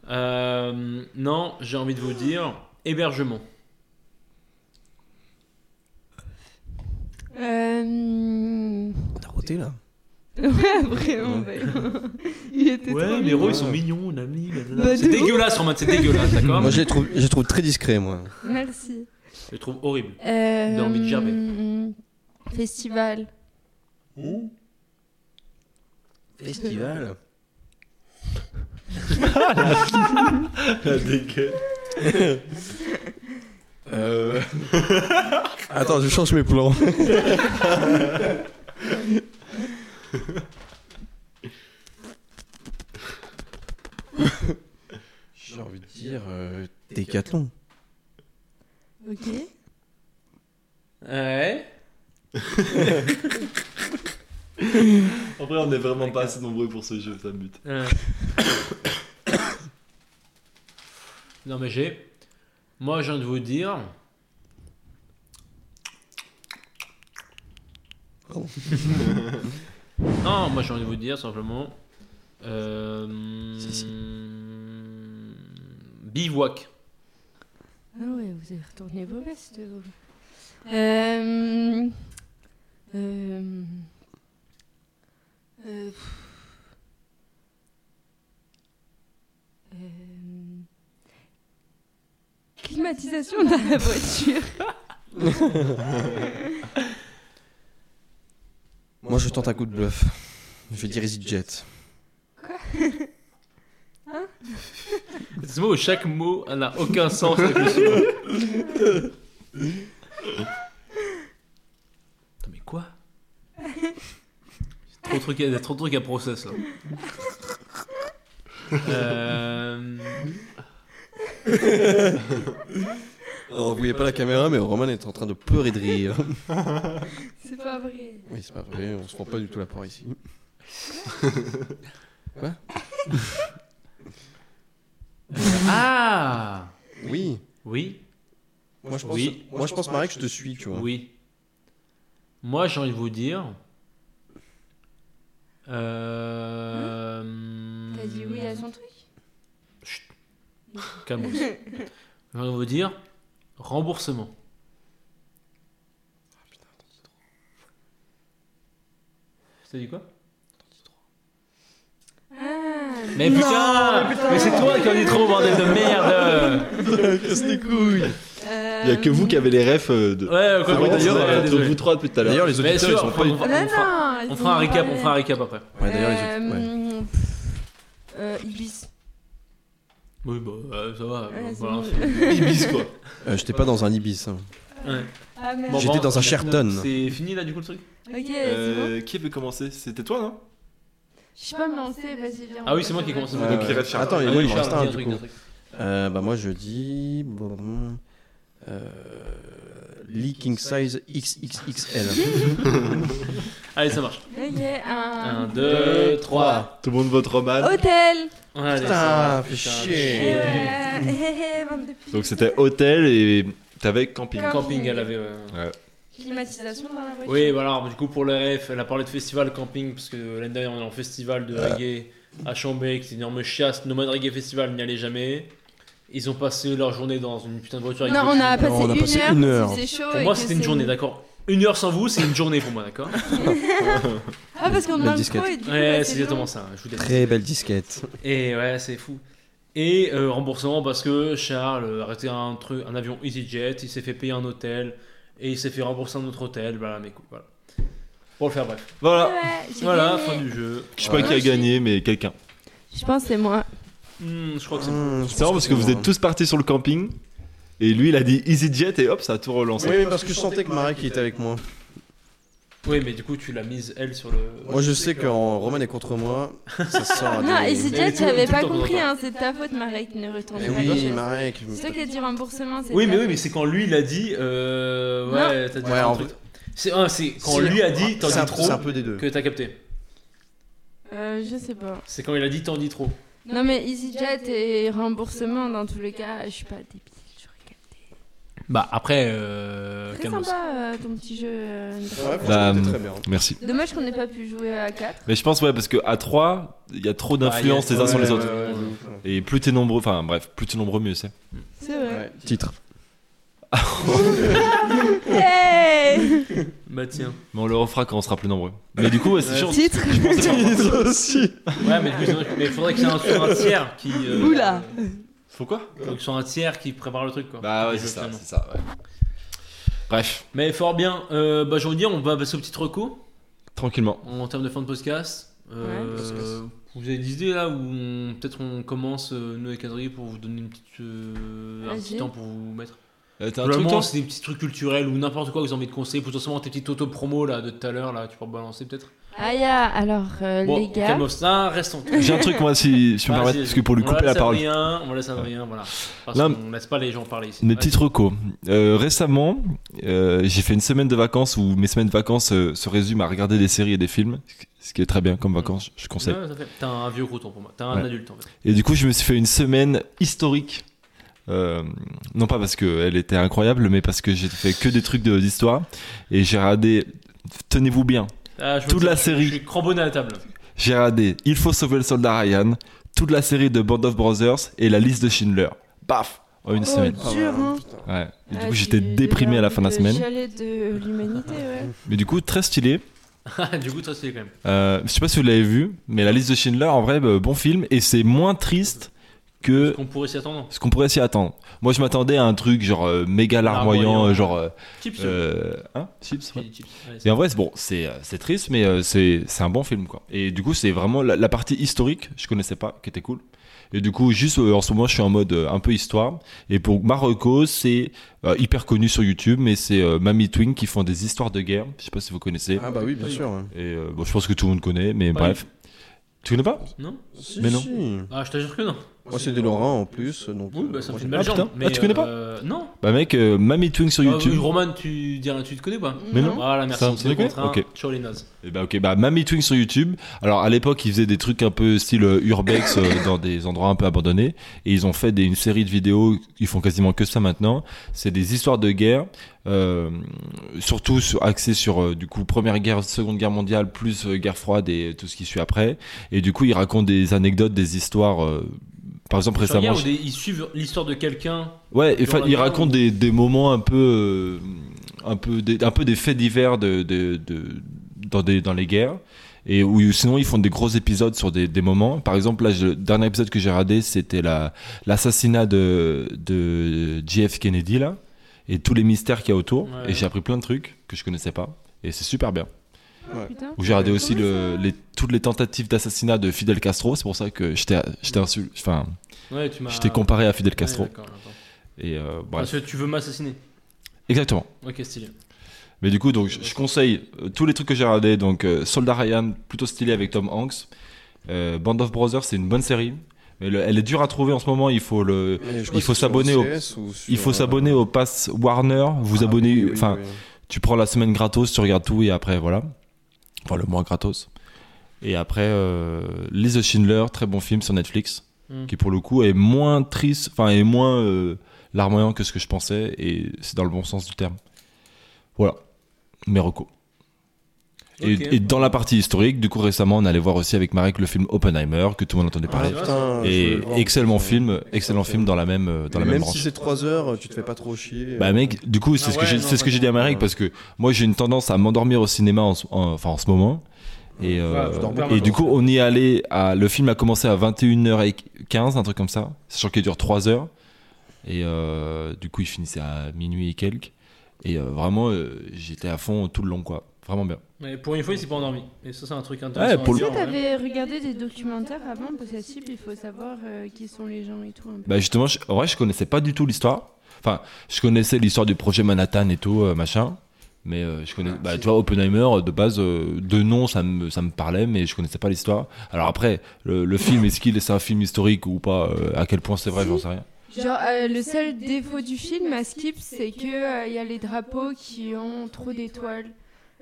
Euh, non, j'ai envie de vous dire hébergement. Euh... T'as roté là Ouais, vraiment, bah, vraiment. Il était trop mignon. rôles, ils sont mignons, on a mis. Bah, C'est de ouf. dégueulasse, Romain, c'est dégueulasse, d'accord Moi je les trouve, je les trouve très discrets moi. Merci. Je le trouve horrible. Euh... envie de gerber. hum, Festival. Festival La dégueule. Euh. Attends, je change mes plans. J'ai envie de dire. Euh, Décathlon. Ok. Ouais. En vrai, on est vraiment pas assez nombreux pour ce jeu, ça me bute. Euh. non mais j'ai. Moi je viens de vous dire. Pardon. non, moi j'ai envie de vous dire simplement. euh, Si, si. Bivouac. Ah ouais, vous avez retourné vos vestes. vous. Euh... Euh... euh, pff. climatisation dans la voiture. Moi, je tente un coup de bluff. Je vais dire EasyJet. C'est mot, chaque mot n'a aucun sens. Attends, mais quoi C'est Trop de trucs à- Il y a trop de trucs à process là. Euh, Alors, Oh, vous voyez pas la caméra, mais Roman est en train de pleurer de rire. C'est pas vrai. Oui, c'est pas vrai, on se prend pas du tout la part ici. Ah Oui. Oui, Moi, je pense, Oui. moi, je pense Marek, je te suis, tu vois. oui. Moi j'ai envie de vous dire. Euh... T'as dit oui à son truc Calmos. J'ai envie de vous dire remboursement. T'as dit quoi Ah, mais putain, mais, c'est toi qui en dis trop, bordel de merde! euh, Il n'y a que vous qui avez les refs euh, de. Ouais, C'est quoi, vrai, bon, d'ailleurs, ouais, euh, entre désolé. vous trois depuis tout à l'heure. D'ailleurs, les Mais auditeurs, sûr, ils sont on, pas du fera- tout. on Non, fera- non, on ils fera un vont récap, parler. on fera un récap après. Ouais, d'ailleurs, les auditeurs. ouais. Euh, pff, euh, Ibis. Oui, bah, euh, ça va. Ouais, euh, c'est voilà. bon. Ibis, quoi. Euh, J'étais pas dans un Ibis. hein. Ouais. Ah, merde. Bon, J'étais bon, dans un Sheraton. C'est fini là, du coup, le truc? Ok, c'est bon. Euh, qui avait commencé C'était toi, non Je sais pas me lancer, vas-y, viens. Ah oui, c'est moi qui ai commencé. Ouais, Donc, ouais. il reste Charles. Attends, il Ah oui, il en Charles, reste dis un, un du truc, coup. dis un truc. Euh, bah, moi, je dis. blablabla, Euh... Leaking size XXXL. Allez, ça marche. Ok, un. 1, 2, 3. Tout le monde vote Roman. Hôtel Allez, ça Putain, fais Eh chier. ouais, eh, Euh, eh, bande de putes. Donc c'était hôtel et t'avais camping. marche. Camping, elle avait. euh, Climatisation dans la voiture. Oui, voilà, du coup, pour les ref, elle a parlé de festival camping, parce que euh, l'année dernière, on est en festival de reggae à Chambé, qui c'est une énorme chiasse. Nomad Reggae Festival, n'y allez jamais. Ils ont passé leur journée dans une putain de voiture avec Non, des on a filles. passé, on a passé une, heure, une heure. si C'est chaud. Pour et moi, que c'était une c'est- journée, d'accord Une heure sans vous, c'est une journée pour moi, d'accord Ah, parce qu'on Belle a le disquette. trop et du coup, Ouais, bah, c'est long. exactement ça, je vous déteste. Très belle disquette. Et ouais, c'est fou. Et euh, remboursement parce que Charles euh, a arrêté un, truc, un avion EasyJet, il s'est fait payer un hôtel, et il s'est fait rembourser un autre hôtel, voilà, mais écoute, voilà. Pour le faire bref. Voilà. Ouais, j'ai Voilà, gagné. fin du jeu. Je sais pas qui a gagné, mais quelqu'un. Je pense que c'est moi. Hmm, je crois que c'est Mmh, C'est marrant parce que vous êtes tous partis sur le camping. Et lui, il a dit EasyJet et hop, ça a tout relancé. Oui, parce que je sentais que Marek était avec moi. Oui, mais du coup, tu l'as mise, elle, sur le. Moi, je sais que en- Roman est contre moi. Ça sort Non, à des- et Mais EasyJet, Eh tout- j'avais tout pas le temps, compris, tout le hein, c'est de ta faute, Marek, ne retourne Mais pas. les Eh oui, choses. Marek. C'est toi qui as dit remboursement, c'est Oui, de mais ta oui, mais c'est quand lui l'a dit. Euh, ouais, t'as dit Ouais, un en truc. C'est ah, c'est quand Si, lui a ah, dit, t'en c'est un- dis trop, C'est un peu des deux. que t'as capté. faute. Euh, je sais pas. C'est quand il a dit, t'en dis trop. Non, mais EasyJet et remboursement, dans tous les cas, je suis pas débile. j'aurais capté. Bah, après, Très sympa euh, ton petit jeu. euh, Ouais, Bah, franchement, c'était très bien. hein. Merci. Dommage qu'on n'ait pas pu jouer à 4. Mais je pense, ouais, parce que à 3, il y a trop d'influence Ah, les uns sur ouais, les ouais, autres. ouais, ouais. Et plus t'es nombreux, enfin bref, plus t'es nombreux, mieux c'est. C'est vrai. Ouais, Titre. Hey Bah, tiens. Mais on le refera quand on sera plus nombreux. Mais du coup, ouais, c'est Ouais. chiant. Titre Ouais, mais du coup, c'est dommage, mais faudrait qu'il y ait un, sur un tiers qui. euh, Oula. Faut quoi Faut que ce soit un tiers qui prépare le truc, quoi. Bah ouais, Je c'est ça, finalement. c'est ça, ouais. Bref, Mais fort bien. Euh, bah, j'ai envie de dire, on va passer au petit reco tranquillement. en termes de fin de podcast. Euh, Vous avez des idées là où on- peut-être on commence euh, nous avec Adrien pour vous donner une petite, euh, un Vas-y. petit temps pour vous mettre. Euh, T'as un truc Probablement toi c'est des petits trucs culturels ou n'importe quoi que vous avez envie de conseiller. Potentiellement tes petites auto promos là de tout à l'heure là, tu peux balancer peut-être. Aya, alors euh, les gars. calmos, ça restons. J'ai un truc moi si je peux me permettre, parce que pour lui couper la parole. Adrien, on laisse Adrien, voilà. Parce Là, qu'on laisse pas les gens parler ici. Mes Ouais. petites recos. Euh, récemment, euh, j'ai fait une semaine de vacances où mes semaines de vacances euh, se résument à regarder des séries et des films, ce qui est très bien comme vacances, je conseille. Ouais, ça fait- T'as un vieux crouton pour moi. T'as un Ouais. adulte en fait. Et du coup, je me suis fait une semaine historique. Euh, non pas parce qu'elle était incroyable, mais parce que j'ai fait que des trucs de- d'histoire. Et j'ai regardé, tenez-vous bien, Ah, je me Toute dis- la je- série. Je suis cramponné à la table. j'ai regardé Il faut sauver le soldat Ryan, toute la série de Band of Brothers et la liste de Schindler. Paf En une semaine. dur, hein. Ouais. Et du Ah, coup, tu- j'étais déprimé à la fin de la le semaine. chalet de l'humanité, ouais. Mais du coup, très stylé. Ah, du coup, toi, c'est quand même. Euh, je sais pas si vous l'avez vu, mais la liste de Schindler, en vrai, bah, bon film. Et c'est moins triste que qu'on pourrait s'y attendre. ce qu'on pourrait s'y attendre. Moi, je m'attendais à un truc genre euh, méga larmoyant, Larmoyant. euh, genre. euh, Chips. euh, hein, chips, ouais. ouais. Ouais, c'est- Et en vrai, c'est bon, c'est euh, c'est triste, mais euh, c'est c'est un bon film, quoi. Et du coup, c'est vraiment la, la partie historique, je connaissais pas, qui était cool. Et du coup, juste euh, en ce moment, je suis en mode euh, un peu histoire. Et pour Marocco, c'est euh, hyper connu sur YouTube, mais c'est euh, Mamie Twin qui font des histoires de guerre. Je sais pas si vous connaissez. Ah bah oui, bien sûr. ouais. Et euh, bon, je pense que tout le monde connaît, mais bref. Tu connais pas Non Si, Mais non. si. Ah, je t'assure que non. Moi, c'est des Laurent en plus. Donc, euh, Oui, bah, ça me fait une moi, j'ai- belle Ah, jambe. putain. Ah, tu connais pas euh, Non. Bah mec, euh, Mamie Twin sur Ah, oui, YouTube. Roman, tu, dis- tu te connais pas Mais non. Voilà, merci. Ça, on ça se te rencontre, hein. connaît Ciao les nazes. Et bah ok, bah Mamie Twin sur YouTube. Alors à l'époque, ils faisaient des trucs un peu style euh, urbex euh, dans des endroits un peu abandonnés. Et ils ont fait des, une série de vidéos, ils font quasiment que ça maintenant. C'est des histoires de guerre, euh, surtout sur, axées sur euh, du coup première guerre, seconde guerre mondiale, plus euh, guerre froide et tout ce qui suit après. Et du coup, ils racontent des anecdotes, des histoires. euh, par exemple Sur récemment, Yahoo, des- ils suivent l'histoire de quelqu'un. Ouais, et Durant fa- la il guerre, raconte ou- des, des moments un peu, euh, un peu, des, un peu des faits divers de, de, de- dans, des, dans les guerres. Et où, sinon, ils font des gros épisodes sur des, des moments. Par exemple, là, je- le dernier épisode que j'ai regardé, c'était la, l'assassinat de, de JF Kennedy, là. Et tous les mystères qu'il y a autour. Ouais. Et j'ai appris plein de trucs que je connaissais pas. Et c'est super bien. Putain. Où j'ai regardé aussi le, les, toutes les tentatives d'assassinat de Fidel Castro. C'est pour ça que j'étais, j'étais insul- enfin, Ouais, tu m'as. j'étais comparé à Fidel Bah, Ouais, Bah, Castro. d'accord, j'entends. Et euh, Parce bref. que tu veux m'assassiner. Exactement. Ok, stylé. Mais du coup, donc, je, je conseille euh, tous les trucs que j'ai regardés. Donc, euh, Soldat Ryan, plutôt stylé avec Tom Hanks. Euh, Band of Brothers, c'est une bonne série. Mais le- elle est dure à trouver en ce moment. Il faut le, Mais je crois il que faut c'est sur s'abonner au, OCS ou sur, il faut euh, s'abonner au pass Warner. Vous ah, oui, abonnez, oui, enfin, oui. tu prends la semaine gratos, tu regardes tout et après, voilà. Enfin, le mois gratos. Et après, euh, Lisa Schindler, très bon film sur Netflix, Hmm. Mm. qui pour le coup est moins triste, enfin, est moins euh, larmoyant que ce que je pensais, et c'est dans le bon sens du terme. Voilà, mes recos. Et, Ok. et dans la partie historique, du coup, récemment, on allait voir aussi avec Marek le film Oppenheimer, que tout le monde entendait Ah, parler. ouais, putain, je voulais et le voir. excellent Ouais. film, excellent film dans la même, euh, dans la Mais même même branche. si c'est 3 heures, tu te fais pas trop chier. Bah mec, du coup, c'est Ah ce que ouais, j'ai, non, c'est ce que bah j'ai non. dit à Marek parce que moi j'ai une tendance à m'endormir au cinéma en, ce- en- enfin en ce moment. Et, euh, Ouais, je dors et permanent. du coup, on y est allé à, le film a commencé à 21h15, un truc comme ça, sachant qu'il dure 3 heures. Et euh, du coup, il finissait à minuit et quelques. Et euh, vraiment, euh, j'étais à fond tout le long, quoi. Vraiment bien. Mais pour une fois, il s'est pas endormi. Et ça, c'est un truc intéressant. pour à le- dire, hein. ouais. T'avais regardé des documentaires avant parce que cible, il faut savoir euh, qui sont les gens et tout. Un peu. Bah justement, je, en vrai, je connaissais pas du tout l'histoire. Enfin, je connaissais l'histoire du projet Manhattan et tout, euh, machin. Mais euh, je connais, Ah, bah, tu vois, Oppenheimer, euh, de base, euh, de nom, ça me, ça me parlait, mais je connaissais pas l'histoire. Alors après, le, le film, est-ce qu'il est, un film historique ou pas euh, À quel point c'est vrai, j'en sais rien. Genre, euh, le seul défaut du film à Skip, c'est qu'il y a les drapeaux qui ont trop d'étoiles.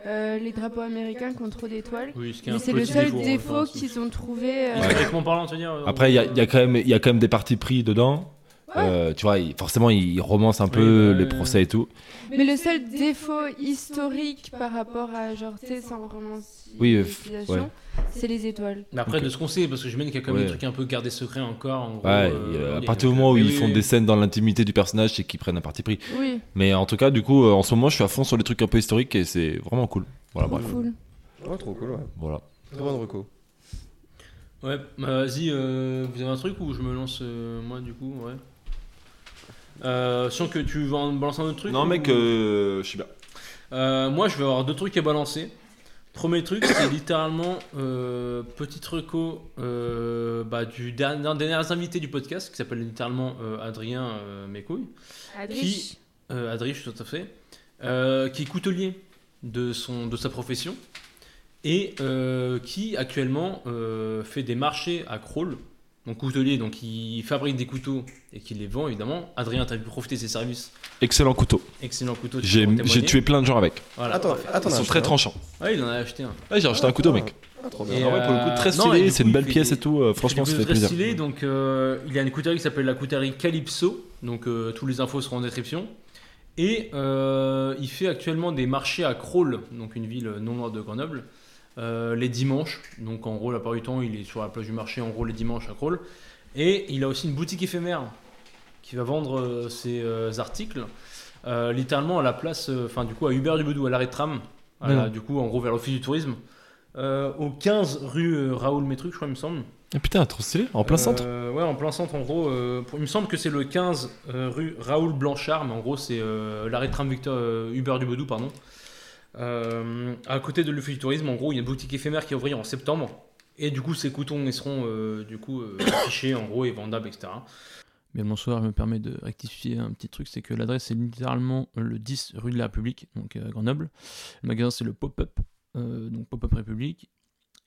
Euh, les drapeaux américains qui ont trop d'étoiles. Oui, ce qui est Mais un c'est le petit seul défaut, défaut enfin, c'est- qu'ils ont trouvé. euh, Historiquement parlant, tu veux dire. euh, Après, il y a, il y a quand même, il y a quand même des parties pris dedans. Euh, tu vois, il- forcément, il romance un Oui, peu bah, les ouais. procès et tout. Mais le seul défaut historique par rapport à genre tu sais, sans romantisation, Oui, euh, f- ouais. c'est les étoiles. Mais après, Ok. de ce qu'on sait, parce que j'imagine qu'il y a quand même Ouais. des trucs un peu gardés secrets encore. en gros, euh, Ouais, et, euh, à il y a partir du quelques- moment où Oui, ils oui, font oui. des scènes dans l'intimité du personnage, c'est qu'ils prennent un parti pris. Oui, Mais en tout cas, du coup, euh, en ce moment, je suis à fond sur les trucs un peu historiques et c'est vraiment cool. Ah, Voilà, bah, bref. cool. Ouais, trop cool, ouais. Voilà. Très bonne reco. Ouais, bah, vas-y, euh, vous avez un truc ou je me lance euh, moi du coup Ouais. Euh, sans que tu veux en balancer un autre truc Non, ou- mec, euh, je suis bien. Euh, moi, je vais avoir deux trucs à balancer. Premier truc, c'est littéralement euh, petite reco euh, bah, du dernier, d'un des derniers invités du podcast qui s'appelle littéralement euh, Adrien euh, Mécouille. Adriche. Euh, Adrich, tout à fait, euh, qui est coutelier de, son, de sa profession et euh, qui actuellement euh, fait des marchés à Crawl. Donc coutelier, donc il fabrique des couteaux et qui les vend évidemment. Adrien, t'as pu profiter de ses services. Excellent couteau. Excellent couteau. tu J'ai peux en j'ai témoigner. tué plein de gens avec. Voilà. Attends, attends, Ils sont attends, très tranchants. Ouais, il en a acheté un. Ouais, j'ai acheté un couteau, mec. Ah, trop bien. Et, Ah ouais, pour le coup, très euh, non, et du stylé. C'est coup, une il belle fait pièce des- et il tout. euh, fait des Franchement, ça couteaux fait très plaisir. stylé. Donc, euh, il y a une coutellerie qui s'appelle la coutellerie Calypso. Donc, euh, tous les infos seront en description. Et euh, il fait actuellement des marchés à Crawl, donc une ville non loin de Grenoble, euh, les dimanches. Donc, en gros, la part du temps, il est sur la plage du marché, en gros, les dimanches à Crawl. Et il a aussi une boutique éphémère qui va vendre euh, ses euh, articles euh, littéralement à la place, euh, enfin, du coup, à Hubert du Bedou, à l'arrêt de tram. à la- du coup, en gros, vers l'office du tourisme. Euh, au 15 rue euh, Raoul Métruc, je crois, il me semble. Ah putain, trop stylé, en plein centre. Euh, Ouais, en plein centre, en gros. euh, pour- il me semble que c'est le 15 euh, rue Raoul Blanchard, mais en gros, c'est euh, l'arrêt de tram Victor, euh, Hubert du Bedou, pardon. Euh, à côté de l'Uffice du Tourisme, en gros, il y a une boutique éphémère qui va ouvrir en septembre. Et du coup, ces coutons ils seront euh, du coup euh, affichés, en gros, et vendables, etc. Bien le bonsoir, je me permets de rectifier un petit truc, c'est que l'adresse est littéralement euh, le 10 rue de la République, donc euh, à Grenoble. Le magasin c'est le Pop-Up, euh, donc Pop-Up République.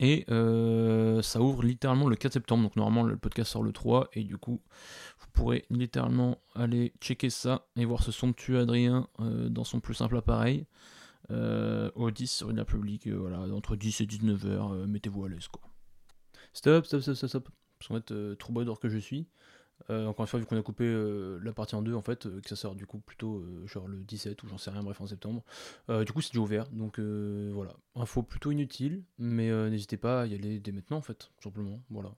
Et euh, ça ouvre littéralement le 4 septembre, donc normalement le podcast sort le 3, et du coup vous pourrez littéralement aller checker ça et voir ce somptueux Adrien euh, dans son plus simple appareil. euh, au 10 rue de la République, euh, voilà, entre 10 et 19h, euh, mettez-vous à l'aise quoi. Stop, stop, stop, stop, stop. Parce qu'en fait, euh, troubadour que je suis, euh, encore une fois, vu qu'on a coupé euh, la partie en deux, en fait, euh, que ça sort du coup plutôt euh, genre le 17 ou j'en sais rien, bref, en septembre. Euh, du coup, c'est déjà ouvert, donc euh, voilà. Info plutôt inutile, mais euh, n'hésitez pas à y aller dès maintenant, en fait, tout simplement. Voilà.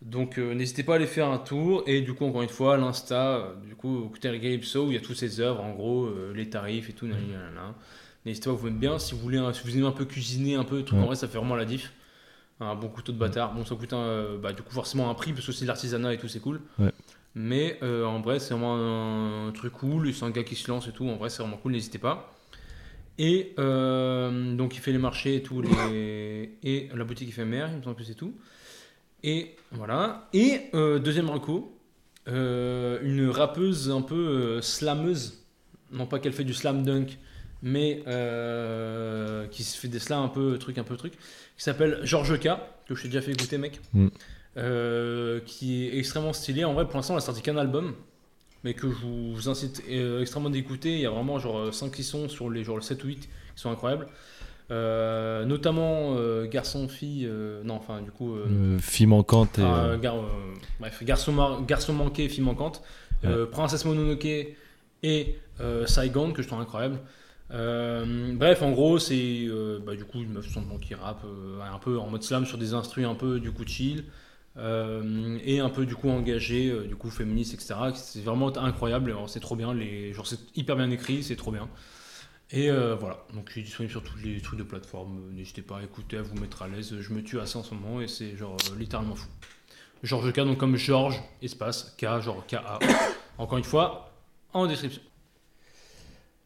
Donc euh, n'hésitez pas à aller faire un tour et du coup encore une fois l'insta euh, du coup Cocktail Game Show où il y a toutes ces œuvres en gros euh, les tarifs et tout nanani, nanana. N'hésitez pas vous mettre bien si vous voulez un- si vous aimez un peu cuisiner un peu truc en vrai ça fait vraiment la diff. Un bon couteau de bâtard. Bon ça coûte un, euh, bah, du coup forcément un prix parce que c'est de l'artisanat et tout c'est cool. Ouais. Mais euh, en vrai c'est vraiment un, un truc cool et c'est un gars qui se lance et tout en vrai c'est vraiment cool n'hésitez pas. Et euh, donc il fait les marchés et tout les... et la boutique éphémère il me semble que c'est tout. Et voilà. Et euh, deuxième reco, euh, une rappeuse un peu euh, slameuse. Non pas qu'elle fait du slam dunk, mais euh, qui se fait des slams un peu truc, un peu truc. Qui s'appelle George K, que je t'ai déjà fait écouter, mec. Mm. Euh, qui est extrêmement stylé. En vrai, pour l'instant, elle a sorti qu'un album. Mais que je vous vous incite euh, extrêmement d'écouter. Il y a vraiment genre 5 qui sont sur les genre 7 ou 8 qui sont incroyables. Euh, notamment euh, garçon, fille, euh, non, enfin, du coup, euh, Euh, fille manquante et. Enfin, euh, gar- euh, bref, garçon, Mar- garçon manqué, fille manquante, Euh, princesse Mononoke et euh, Saigon que je trouve incroyable. Euh, bref, en gros, c'est euh, bah, du coup une meuf simplement qui rappe euh, un peu en mode slam sur des instrus un peu du coup chill euh, et un peu du coup engagée, euh, du coup féministe, etc. C'est vraiment incroyable, alors, c'est trop bien, les, genre c'est hyper bien écrit, c'est trop bien. Et euh, voilà, donc il est disponible sur toutes les trucs de plateforme. N'hésitez pas à écouter, à vous mettre à l'aise. Je me tue à ça en ce moment et c'est genre euh, littéralement fou. Georges K, donc comme Georges, espace, K, genre K-A. Encore une fois, en description.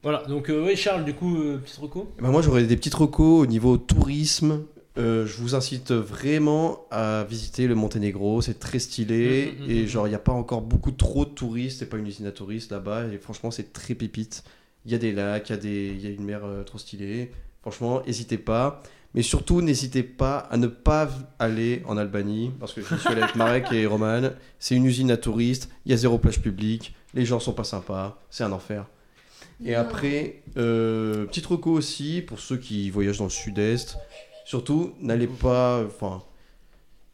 Voilà, donc euh, oui, Charles, du coup, euh, petit reco Eh ben, moi, j'aurais des petits recos au niveau tourisme. Euh, je vous incite vraiment à visiter le Monténégro. C'est très stylé. Mhm, mhm, mhm. Et genre, il n'y a pas encore beaucoup trop de touristes. C'est pas une usine à touristes là-bas. Et franchement, c'est très pépite. Il y a des lacs, il y, a des- il y a une mer euh, trop stylée. Franchement, n'hésitez pas. Mais surtout, n'hésitez pas à ne pas aller en Albanie. Parce que je suis allé avec Marek et Roman. C'est une usine à touristes. Il y a zéro plage publique. Les gens sont pas sympas. C'est un enfer. Et après, euh, petit reco aussi pour ceux qui voyagent dans le sud-est. Surtout, n'allez pas. Enfin,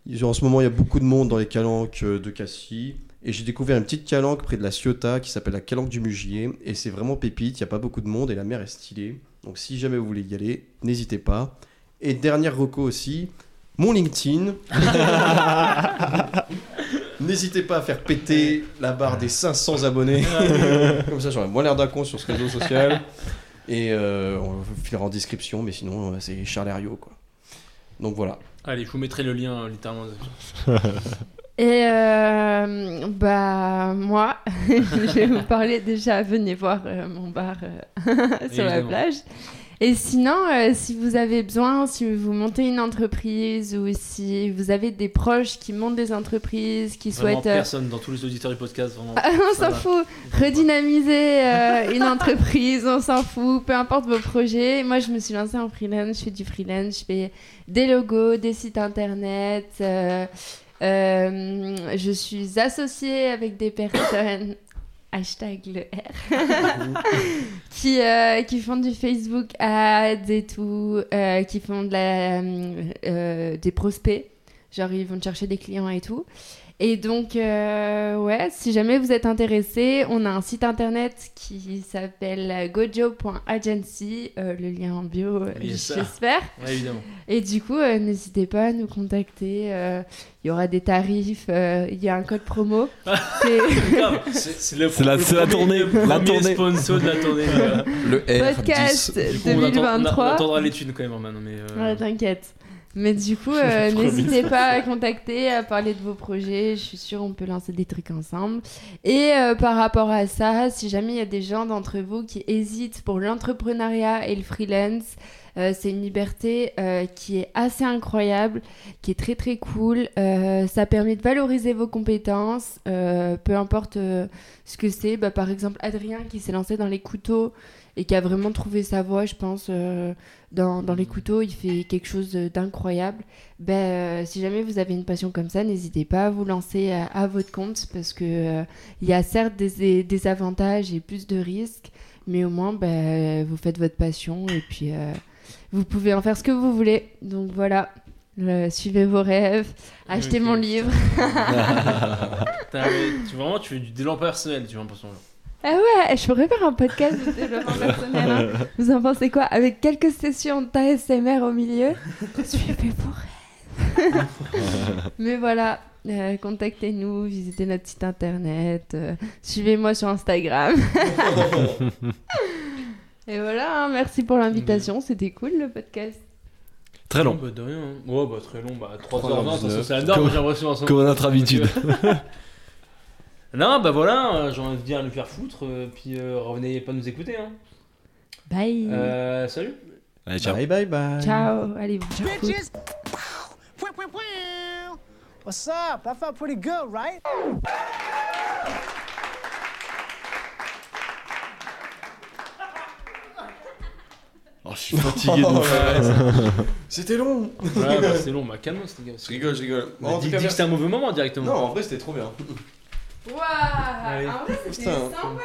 ils- en ce moment, il y a beaucoup de monde dans les calanques euh, de Cassis. Et j'ai découvert une petite calanque près de la Ciotat qui s'appelle la calanque du Mugier. Et c'est vraiment pépite, il n'y a pas beaucoup de monde et la mer est stylée. Donc si jamais vous voulez y aller, n'hésitez pas. Et dernière reco aussi, mon LinkedIn. n'hésitez pas à faire péter la barre des 500 abonnés. Comme ça, j'aurai moins l'air d'un con sur ce réseau social. Et euh, on le filera en description, mais sinon, euh, c'est Charles Herriot, quoi. Donc voilà. Allez, je vous mettrai le lien euh, littéralement. Et euh, bah moi, je vais vous parler déjà, venez voir euh, mon bar euh, sur la Évidemment. plage. Et sinon, euh, si vous avez besoin, si vous montez une entreprise ou si vous avez des proches qui montent des entreprises, qui Vraiment souhaitent... euh, Ah, personne dans tous les auditeurs du podcast, vraiment. on Ça s'en va. fout redynamiser euh, une entreprise, on s'en fout, peu importe vos projets. Moi, je me suis lancée en freelance, je fais du freelance, je fais des logos, des sites internet. euh, euh, je suis associée avec des personnes, hashtag le R, qui, euh, qui font du Facebook ads et tout, euh, qui font de la, euh, euh, des prospects. Genre, ils vont chercher des clients et tout. Et donc, euh, ouais, si jamais vous êtes intéressé, on a un site internet qui s'appelle gojo.agency, euh, le lien en bio, euh, Yes. j'espère. Ouais, évidemment. Et du coup, euh, n'hésitez pas à nous contacter. euh, Il y aura des tarifs, euh, il y a un code promo. C'est Grave, C'est c'est le C'est la- le c'est la premier- tournée, le premier la tournée. sponsor de la tournée. euh. Le R10. podcast Du coup, on attend- on a- on 2023. attendra les thunes quand même, maintenant. Mais, euh, Ouais, t'inquiète. Mais du coup, euh, n'hésitez pas à contacter, à parler de vos projets. Je suis sûre on peut lancer des trucs ensemble. Et euh, par rapport à ça, si jamais il y a des gens d'entre vous qui hésitent pour l'entrepreneuriat et le freelance, euh, c'est une liberté euh, qui est assez incroyable, qui est très très cool. Euh, ça permet de valoriser vos compétences, euh, peu importe euh, ce que c'est. Bah, par exemple, Adrien qui s'est lancé dans les couteaux et qui a vraiment trouvé sa voie, je pense, euh, dans, dans les couteaux, il fait quelque chose d'incroyable. Ben, euh, si jamais vous avez une passion comme ça, n'hésitez pas à vous lancer à, à votre compte parce que euh, il y a certes des- des, des avantages et plus de risques, mais au moins ben, vous faites votre passion et puis euh, vous pouvez en faire ce que vous voulez. Donc voilà, Le- suivez vos rêves, achetez Ok. mon livre. T'as- tu, vraiment, tu fais du développement personnel, tu vois, l'impression. Ah ouais, je pourrais faire un podcast de développement personnel. hein. Vous en pensez quoi Avec quelques sessions d'ASMR au milieu, suivez vos rêves. Mais voilà, euh, contactez-nous, visitez notre site internet, euh, suivez-moi sur Instagram. Et voilà, hein, merci pour l'invitation, c'était cool le podcast. Très long. Bah, de rien. hein. Ouais, bah, très long. Bah, 3h20, 3h19. ça, c'est la norme, j'ai l'impression. en ce moment. Comme à notre habitude. Non, bah voilà, euh, j'ai envie de dire nous faire foutre, euh, puis euh, revenez pas nous écouter. Hein. Bye. Euh, salut. Allez, ciao. Bye bye bye. Ciao, allez vous faire foutre. What's up? That felt pretty good, right? Oh, je suis fatigué de ouf. C'était long. Ouais, bah, c'est long, bah, calme-toi, les gars. Je rigole, je rigole. Bah, dis, dis que c'est un mauvais moment directement. Non, en vrai, c'était trop bien. Waouh, en vrai, c'était Putain. sympa.